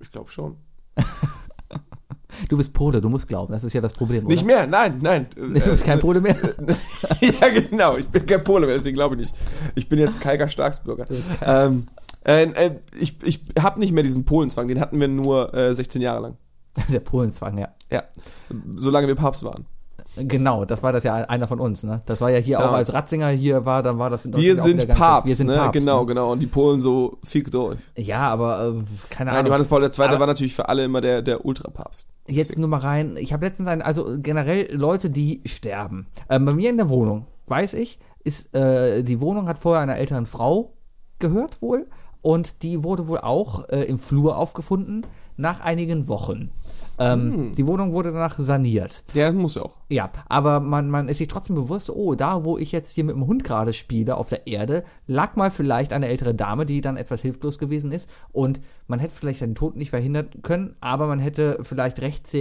Ich glaube schon. Du bist Prode, du musst glauben. Das ist ja das Problem. Nicht mehr, Ne. nein, nein. Nee, du bist kein Prode mehr. ja, genau. Ich bin kein Pole mehr, deswegen glaube ich nicht. Ich bin jetzt Kalker Starksbürger. Ähm, äh, äh, ich ich habe nicht mehr diesen Polenzwang. Den hatten wir nur äh, 16 Jahre lang. Der Polenzwang, ja. Ja, solange wir Papst waren. Genau, das war das ja einer von uns, ne? Das war ja hier auch Ja. als Ratzinger hier war, dann war das in Genau. Wir Deutschland auch sind, wieder ganz- Papst, Wir sind ne? Papst. Genau, ne? genau. Und die Polen so, fick durch. Ja, aber äh, keine Nein, Ahnung. Johannes Paul II. Aber- war natürlich für alle immer der, der Ultrapapst. Jetzt nur mal rein. Ich habe letztens einen, also generell Leute, die sterben. Ähm, bei mir in der Wohnung, weiß ich, ist, äh, die Wohnung hat vorher einer älteren Frau gehört wohl und die wurde wohl auch äh, im Flur aufgefunden nach einigen Wochen. Ähm, Hm. Die Wohnung wurde danach saniert. Ja, muss ja auch. Ja, aber man, man ist sich trotzdem bewusst, oh, da, wo ich jetzt hier mit dem Hund gerade spiele, auf der Erde, lag mal vielleicht eine ältere Dame, die dann etwas hilflos gewesen ist. Und man hätte vielleicht den Tod nicht verhindern können, aber man hätte vielleicht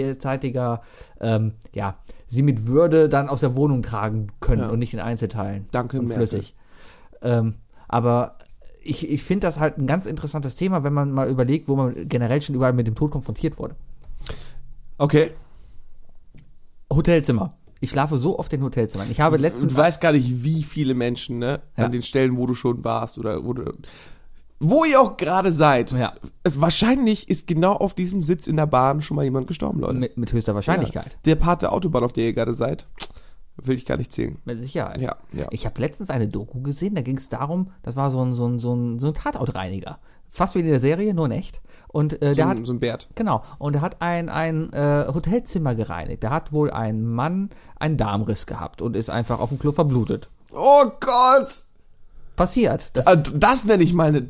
rechtzeitiger, ähm, ja, sie mit Würde dann aus der Wohnung tragen können Ja. und nicht in Einzelteilen. Danke, und Merkel. flüssig. Ähm, aber ich, ich finde das halt ein ganz interessantes Thema, wenn man mal überlegt, wo man generell schon überall mit dem Tod konfrontiert wurde. Okay. Hotelzimmer. Ich schlafe so oft in Hotelzimmern. Ich habe letztens Und du weißt gar nicht, wie viele Menschen, ne? Ja. An den Stellen, wo du schon warst oder wo du. Wo ihr auch gerade seid. Ja. Es, wahrscheinlich ist genau auf diesem Sitz in der Bahn schon mal jemand gestorben, Leute. Mit, mit höchster Wahrscheinlichkeit. Ja. Der Part der Autobahn, auf der ihr gerade seid, will ich gar nicht zählen. Mit Sicherheit. Ja, ja. Ich habe letztens eine Doku gesehen, da ging es darum, das war so ein, so ein, so ein, so ein Tatortreiniger. Fast wie in der Serie, nur in echt. Und äh, der so, hat ein- so ein Bert. Genau. Und er hat ein, ein äh, Hotelzimmer gereinigt. Da hat wohl ein Mann einen Darmriss gehabt und ist einfach auf dem Klo verblutet. Oh Gott! Passiert. Das Also, das nenne ich mal eine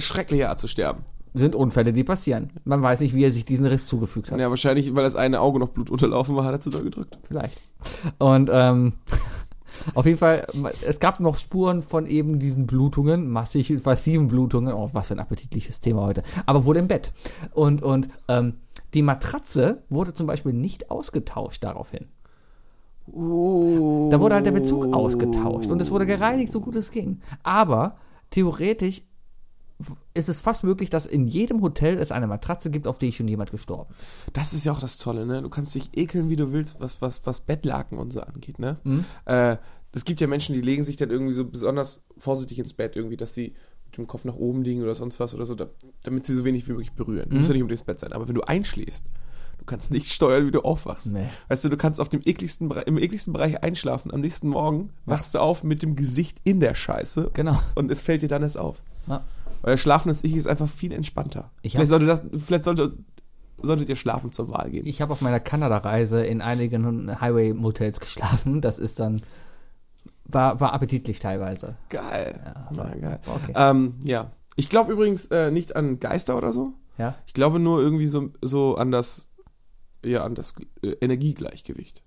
schreckliche Art zu sterben. sind Unfälle, die passieren. Man weiß nicht, wie er sich diesen Riss zugefügt hat. Ja, wahrscheinlich, weil das eine Auge noch Blut unterlaufen war, hat er zu doll gedrückt. Vielleicht. Und ähm, auf jeden Fall, es gab noch Spuren von eben diesen Blutungen, massig, massiven Blutungen. Oh, was für ein appetitliches Thema heute. Aber wohl im Bett. Und, und ähm, die Matratze wurde zum Beispiel nicht ausgetauscht daraufhin. Da wurde halt der Bezug ausgetauscht und es wurde gereinigt, so gut es ging. Aber theoretisch ist es fast möglich, dass in jedem Hotel es eine Matratze gibt, auf die schon jemand gestorben ist. Das ist ja auch das Tolle, ne? Du kannst dich ekeln, wie du willst, was, was, was Bettlaken und so angeht, ne? Äh, es gibt ja Menschen, die legen sich dann irgendwie so besonders vorsichtig ins Bett, irgendwie, dass sie mit dem Kopf nach oben liegen oder sonst was oder so, da, damit sie so wenig wie möglich berühren. Muss ja nicht unbedingt ins Bett sein. Aber wenn du einschläfst, du kannst nicht steuern, wie du aufwachst. Nee. Weißt du, du kannst auf dem ekligsten, Bere- im ekligsten Bereich einschlafen. Am nächsten Morgen wachst du auf mit dem Gesicht in der Scheiße. Genau. Und es fällt dir dann erst auf. Ja. Euer schlafendes Ich ist einfach viel entspannter. Ich vielleicht hab- sollte das, vielleicht sollte, solltet ihr schlafen zur Wahl gehen. Ich habe auf meiner Kanada-Reise in einigen Highway-Motels geschlafen. Das ist dann. War, war appetitlich teilweise. Geil. Ja, geil. Okay. Ähm, ja. Ich glaube übrigens äh, nicht an Geister oder so. Ja. Ich glaube nur irgendwie so, so an das, ja, an das äh, Energiegleichgewicht.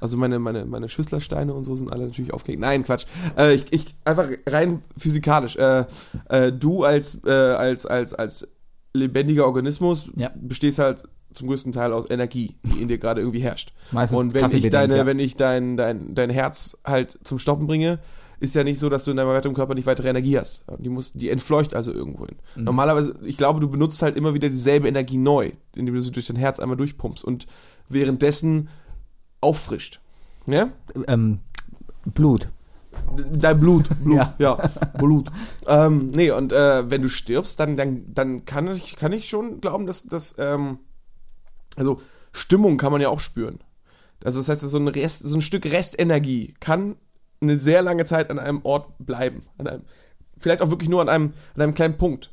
Also meine, meine, meine Schüsslersteine und so sind alle natürlich aufgehängt. Nein, Quatsch. Äh, ich, ich, einfach rein physikalisch. Äh, äh, du als, äh, als, als, als lebendiger Organismus Ja. bestehst halt zum größten Teil aus Energie, die in dir gerade irgendwie herrscht. Meistens und wenn ich, kaffeebedingt, deine, ja. wenn ich dein, dein, dein Herz halt zum Stoppen bringe, ist ja nicht so, dass du in deinem weiteren Körper nicht weitere Energie hast. Die, muss, die entfleucht also irgendwo hin. Mhm. Normalerweise, ich glaube, du benutzt halt immer wieder dieselbe Energie neu, indem du sie durch dein Herz einmal durchpumpst und währenddessen auffrischt. Ja? Ähm, Blut. Dein Blut, Blut, Ja. ja, Blut. ähm, nee, und äh, wenn du stirbst, dann, dann, dann kann, ich, kann ich schon glauben, dass, dass ähm, also Stimmung kann man ja auch spüren. Also das heißt, dass so ein, Rest, so ein Stück Restenergie kann eine sehr lange Zeit an einem Ort bleiben. An einem, vielleicht auch wirklich nur an einem, an einem kleinen Punkt.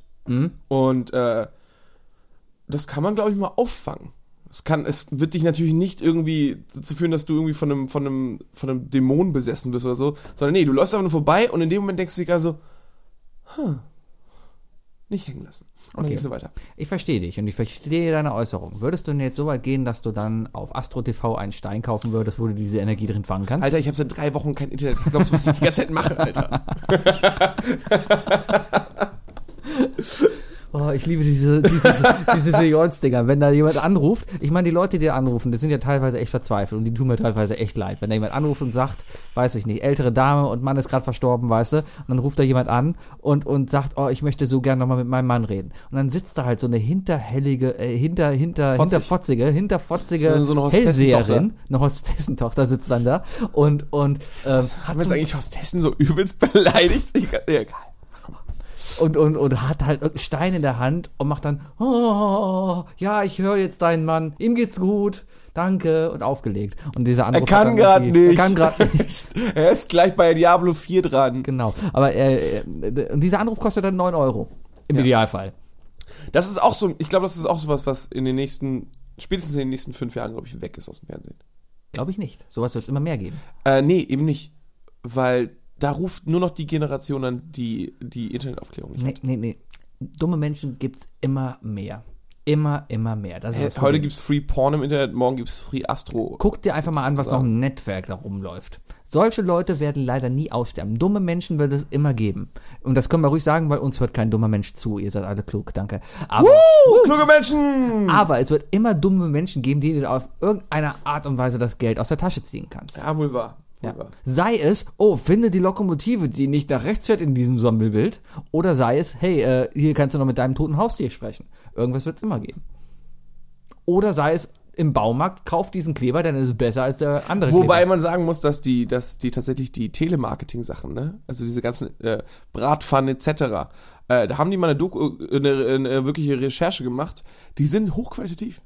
Und äh, das kann man, glaube ich, mal auffangen. Es, kann, es wird dich natürlich nicht irgendwie dazu führen, dass du irgendwie von einem, von, einem, von einem Dämon besessen bist oder so, sondern nee, du läufst einfach nur vorbei und in dem Moment denkst du dir gerade so, hm, nicht hängen lassen. Und dann Okay. gehst du weiter. Ich verstehe dich und ich verstehe deine Äußerung. Würdest du denn jetzt so weit gehen, dass du dann auf Astro TV einen Stein kaufen würdest, wo du diese Energie drin fangen kannst? Alter, ich habe seit drei Wochen kein Internet. Was glaubst du, was ich die ganze Zeit mache, Alter? Oh, Oh, ich liebe diese, diese, diese Seniorenstinger. Wenn da jemand anruft, ich meine, die Leute, die da anrufen, das sind ja teilweise echt verzweifelt und die tun mir teilweise echt leid. Wenn da jemand anruft und sagt, weiß ich nicht, ältere Dame und Mann ist gerade verstorben, weißt du, und dann ruft da jemand an und, und sagt, oh, ich möchte so gern nochmal mit meinem Mann reden. Und dann sitzt da halt so eine hinterhellige, äh, hinter, hinter, Fotzig. hinterfotzige, hinterfotzige So- so eine Hostessen-Tochter. Hellseherin, eine Hostessentochter sitzt dann da und, und, ähm, hat Haben wir jetzt zum eigentlich Hostessen so übelst beleidigt? Ich, kann- ja, geil. und, und, und hat halt irgendeinen Stein in der Hand und macht dann, oh, ja, ich höre jetzt deinen Mann, ihm geht's gut, danke, und aufgelegt. Und dieser andere. er kann gerade nicht. Er kann gerade nicht. er ist gleich bei Diablo 4 dran. Genau. Aber äh, äh, und dieser Anruf kostet dann 9 Euro. Im Ja. Idealfall. Das ist auch so, ich glaube, das ist auch sowas, was in den nächsten, spätestens in den nächsten fünf Jahren, glaube ich, weg ist aus dem Fernsehen. Glaube ich nicht. Sowas wird es immer mehr geben. Äh, nee, eben nicht. Weil da ruft nur noch die Generation an, die die Internetaufklärung nicht Nee, nee, nee. Dumme Menschen gibt's immer mehr. Immer, immer mehr. Das ist das hat. Heute Problem. gibt's Free Porn im Internet, morgen gibt's Free Astro. Guck dir einfach mal an, was noch im Netzwerk da rumläuft. Solche Leute werden leider nie aussterben. Dumme Menschen wird es immer geben. Und das können wir ruhig sagen, weil uns hört kein dummer Mensch zu. Ihr seid alle klug, danke. Aber, Uh, kluge Menschen! aber es wird immer dumme Menschen geben, denen du auf irgendeine Art und Weise das Geld aus der Tasche ziehen kannst. Ja, wohl wahr. Wohl Ja. wahr. Sei es, oh, finde die Lokomotive, die nicht nach rechts fährt in diesem Sammelbild. Oder sei es, hey, äh, hier kannst du noch mit deinem toten Haustier sprechen. Irgendwas wird es immer geben. Oder sei es, im Baumarkt, kauf diesen Kleber, dann ist es besser als der andere Wobei Kleber. man sagen muss, dass die, dass die tatsächlich die Telemarketing-Sachen, ne? Also diese ganzen äh, Bratpfannen etc., äh, da haben die mal eine, Doku, äh, eine, eine wirkliche Recherche gemacht. Die sind hochqualitativ.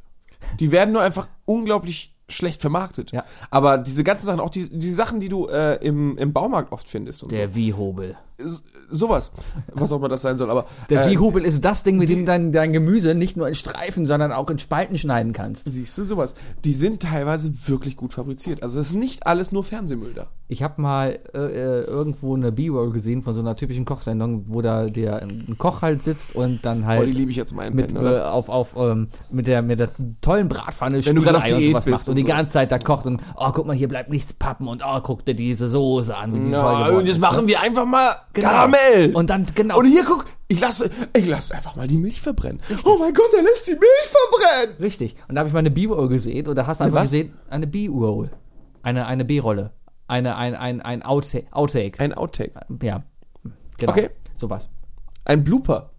Die werden nur einfach unglaublich schlecht vermarktet. Ja. Aber diese ganzen Sachen, auch die, die Sachen, die du äh, im, im Baumarkt oft findest und Der Wiehobel. so, sowas, was auch immer das sein soll. Aber Der äh, Wiehobel ist das Ding, mit dem dein, dein Gemüse nicht nur in Streifen, sondern auch in Spalten schneiden kannst. siehst du sowas? Die sind teilweise wirklich gut fabriziert. Also es ist nicht alles nur Fernsehmüll da. Ich habe mal äh, äh, irgendwo eine B-Roll gesehen von so einer typischen Kochsendung, wo da der ein Koch halt sitzt und dann Oh, halt die liebe ich ja zum einen. mit, äh, auf, auf, ähm, mit, der, mit der tollen Bratpfanne Wenn du gerade auf Spiegelei und Diät sowas bist macht und, und die so. ganze Zeit da kocht und oh, guck mal, hier bleibt nichts pappen und oh, guck dir diese Soße an. Wie die toll Ja, geworden und jetzt ist, machen ne? wir einfach mal Genau. Karamell. Und dann, genau. Und hier guck, ich lasse, ich lasse einfach mal die Milch verbrennen. Oh mein Gott, er lässt die Milch verbrennen. Richtig. Und da habe ich mal eine B-Roll gesehen und da hast du einfach was? gesehen, eine B-Roll. Eine, eine B-Rolle. Eine, ein, ein, ein Outtake. Outtake. Ein Outtake, ja. Genau. Okay. Sowas. Äh, ein Blooper.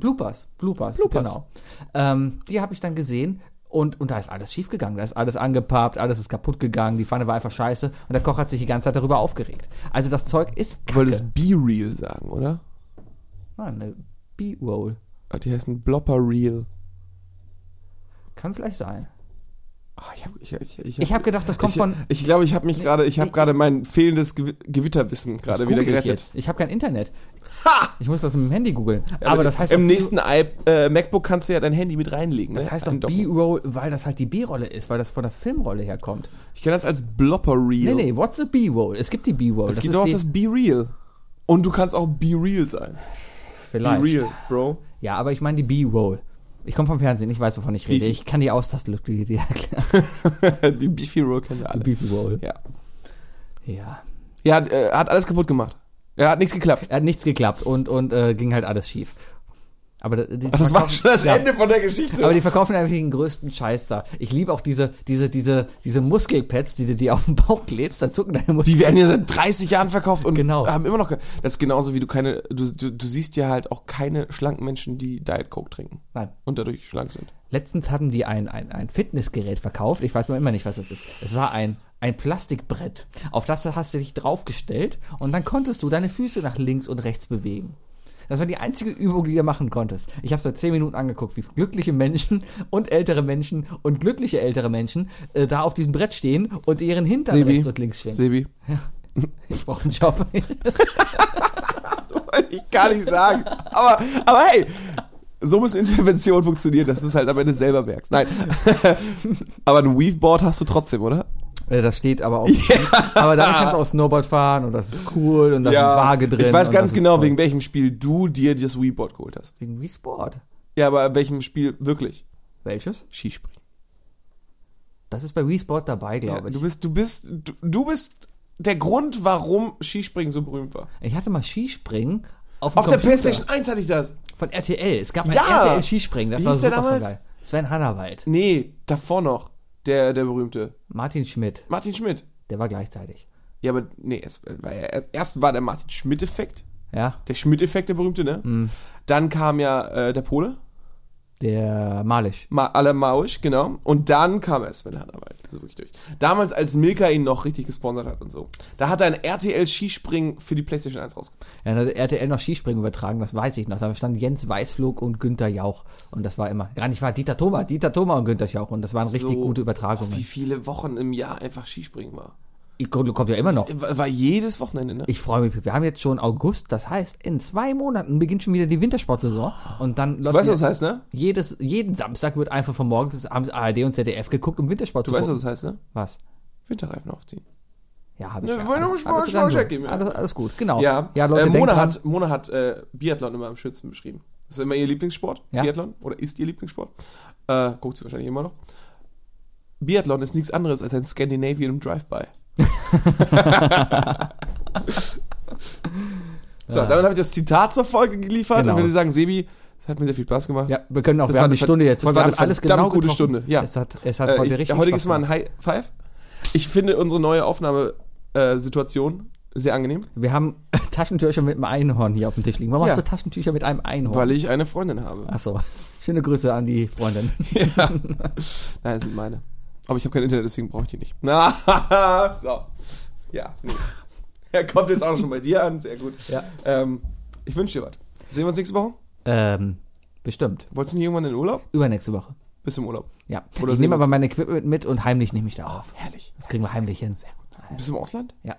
Bloopers, Bloopers, Bloopers. genau. Ähm, die habe ich dann gesehen und, und da ist alles schief gegangen. Da ist alles angepappt, alles ist kaputt gegangen, die Pfanne war einfach scheiße und der Koch hat sich die ganze Zeit darüber aufgeregt. Also das Zeug ist Du kacke. wolltest B-Reel sagen, oder? Nein, eine B-Roll. Ah, Die heißen Blopper Reel. Kann vielleicht sein. Ah, ich habe ich, ich, Ich habe gedacht, das kommt ich, von. Ich glaube, ich habe mich gerade, ich habe ich- gerade mein fehlendes Gew- Gewitterwissen Das gerade google wieder ich gerettet. jetzt. Ich habe kein Internet. Ha! Ich muss das mit dem Handy googeln. aber das heißt im doch nächsten I äh, MacBook kannst du ja dein Handy mit reinlegen. Das ne? heißt doch Andocken. B-Roll, weil das halt die B-Rolle ist, weil das von der Filmrolle herkommt. Ich kenne das als Blopper Nee, Reel. nee, what's a B-Roll? Es gibt die B-Roll. Es das gibt ist auch die- das Be-Real. Und du kannst auch Be-Real sein. vielleicht. Be-Real, Bro. Ja, aber ich meine die B-Roll. Ich komme vom Fernsehen, ich weiß, wovon ich rede. Beefy. Ich kann die Austastenlücke dir erklären. die Beefy Roll kennen wir alle. Roll. Ja. Ja. Ja, hat, äh, hat alles kaputt gemacht. Er hat nichts geklappt. Er hat nichts geklappt und, und äh, ging halt alles schief. Aber die, die Ach, das war verkaufen- schon das Ja. Ende von der Geschichte. Aber die verkaufen einfach den größten Scheiß da. Ich liebe auch diese, diese, diese, diese Muskelpads, die du dir auf den Bauch klebst, dann zucken deine Muskeln. die werden ja seit 30 Jahren verkauft und Genau. haben immer noch. ge- Das ist genauso wie du keine. Du, du, du siehst ja halt auch keine schlanken Menschen, die Diet Coke trinken Nein. und dadurch schlank sind. Letztens hatten die ein, ein, ein Fitnessgerät verkauft. Ich weiß mal immer nicht, was es ist. Es war ein, ein Plastikbrett. Auf das hast du dich draufgestellt und dann konntest du deine Füße nach links und rechts bewegen. Das war die einzige Übung, die du machen konntest. Ich habe seit 10 Minuten angeguckt, wie glückliche Menschen und ältere Menschen und glückliche ältere Menschen äh, da auf diesem Brett stehen und ihren Hintern Sebi. rechts und links schwenken. Sebi. Ich brauche einen Job. Wollte Ich gar nicht sagen. Aber, aber hey, so müssen Interventionen funktionieren, dass du es halt am Ende selber merkst. Nein. aber ein Weaveboard hast du trotzdem, oder? Äh, das steht aber auch. Aber damit kannst du auch Snowboard fahren und das ist cool und da ist Waage drin. Ich weiß und ganz das ist genau, toll. wegen welchem Spiel du dir das Weeboard geholt hast. Wegen Wii Sport. Ja, aber welchem Spiel wirklich? Welches? Skispringen. Das ist bei Wii Sport dabei, Ja, glaube ich. du bist, du bist, du, du bist der Grund, warum Skispringen so berühmt war. Ich hatte mal Skispringen auf, Auf dem der Computer PlayStation 1 hatte ich das. von RTL. Es gab ein Ja! RTL Skispringen, das Wie war hieß der super damals? geil. Sven Hannawald, Nee, davor noch. Der, der berühmte. Martin Schmidt, Martin Schmidt. der war gleichzeitig. Ja, aber nee, es war ja, erst war der Martin Schmidt-Effekt. Ja, Der Schmidt-Effekt, der berühmte, ne? Mhm. Dann kam ja äh, der Pole, der Malisch. Ma Alain Mausch, genau. Und dann kam er Sven Hannawald, so wirklich durch. Damals, als Milka ihn noch richtig gesponsert hat und so. Da hat er ein RTL-Skispringen für die PlayStation 1 rausgebracht. Ja, dann hat RTL noch Skispringen übertragen, das weiß ich noch. Da stand Jens Weißflog und Günther Jauch. Und das war immer, gar nicht wahr, Dieter Thoma, Dieter Thoma und Günther Jauch. Und das waren richtig So, gute oh, Wie Übertragungen. viele Wochen im Jahr einfach Skispringen war. Ich- Kommt ja immer noch. War war jedes Wochenende, ne? Ich freue mich. Wir haben jetzt schon August. Das heißt, in zwei Monaten beginnt schon wieder die Wintersportsaison. Und dann läuft Du weißt, wieder- was das heißt, ne? jedes, jeden Samstag wird einfach von morgens bis abends ARD und ZDF geguckt, um Wintersport Du zu weißt, was gucken. das heißt, ne? Was? Winterreifen aufziehen. Ja, habe ich. Ne, ja. wollen wir Alles, mal alles, Schmauer- dran, geben, so. ja. alles, alles gut, genau. Ja, ja Leute, äh, denkt Mona dran, hat, Mona hat äh, Biathlon immer am schönsten beschrieben. Das ist immer ihr Lieblingssport, Ja. Biathlon, oder ist ihr Lieblingssport. Äh, guckt sie wahrscheinlich immer noch. Biathlon ist nichts anderes als ein Scandinavian im Drive-By. so, damit habe ich das Zitat zur Folge geliefert Genau. und würde sagen, Sebi, es hat mir sehr viel Spaß gemacht. Ja, wir können auch, Das wir war haben die eine Stunde jetzt. das voll. war wir haben genau eine verdammt gute getroffen. Stunde, ja. Es hat, es hat äh, heute ich, richtig Spaß heute gibt's mal ein gemacht. High Five. Ich finde unsere neue Aufnahmesituation sehr angenehm, Wir haben Taschentücher mit einem Einhorn hier auf dem Tisch liegen. Warum Ja. hast du Taschentücher mit einem weil Einhorn? ich eine Freundin habe. Achso, schöne Grüße an die Freundin. Ja. Nein, das sind meine. Aber ich habe kein Internet, deswegen brauche ich die nicht. Na, so. Ja, nee. Er kommt jetzt auch schon bei dir an, sehr gut. Ja. Ähm, ich wünsche dir was. Sehen wir uns nächste Woche? ähm, bestimmt. Wolltest du nicht irgendwann in den Urlaub? Übernächste Woche. Bist im Urlaub. Ja. Oder ich sehen nehme aber wir's. mein Equipment mit und heimlich nehme ich da auf. Herrlich. Das kriegen wir heimlich hin. Sehr gut. Bist du im Ausland? Ja.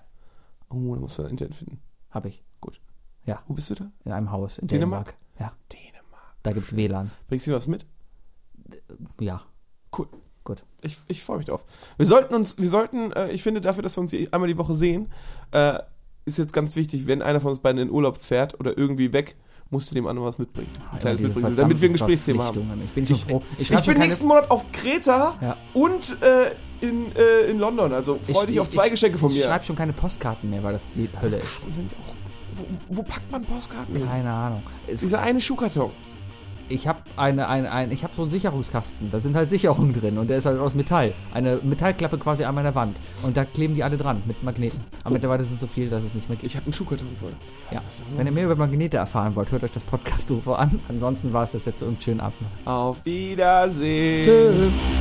Oh, da musst du ein Internet finden. Hab ich. Gut. Ja. Wo bist du da? In einem Haus in Dänemark? Dänemark. Ja. Dänemark. Da gibt's WLAN. Bringst du mir was mit? Ja. Cool. Gut. Ich, ich freue mich drauf. Wir sollten uns, wir sollten, äh, ich finde dafür, dass wir uns hier einmal die Woche sehen, äh, ist jetzt ganz wichtig, wenn einer von uns beiden in Urlaub fährt oder irgendwie weg, musst du dem anderen was mitbringen. Ein kleines Diese Mitbringsel, damit wir ein verdammten Gesprächsthema haben. Verpflichtungen. Ich bin schon froh. Ich, schreib schon bin keine- nächsten Monat auf Kreta Ja. und äh, in, äh, in London. Also freue dich auf zwei Geschenke von Ich mir. schreibe schon keine Postkarten mehr, weil das die Hölle ist. Postkarten sind auch. Wo, wo packt man Postkarten? hin? Keine Ahnung. Es, Dieser eine Schuhkarton. ich habe eine, eine, ein, ich habe so einen Sicherungskasten. Da sind halt Sicherungen drin und der ist halt aus Metall. Eine Metallklappe quasi an meiner Wand und da kleben die alle dran mit Magneten. Aber mittlerweile sind so viel, dass es nicht mehr geht. Ich habe einen Schuhkarton voll. Ja. Wenn ihr mehr über Magnete erfahren wollt, hört euch das Podcast-UFO an. Ansonsten war es das jetzt und schönen Abend. noch. Auf Wiedersehen. Tschüss.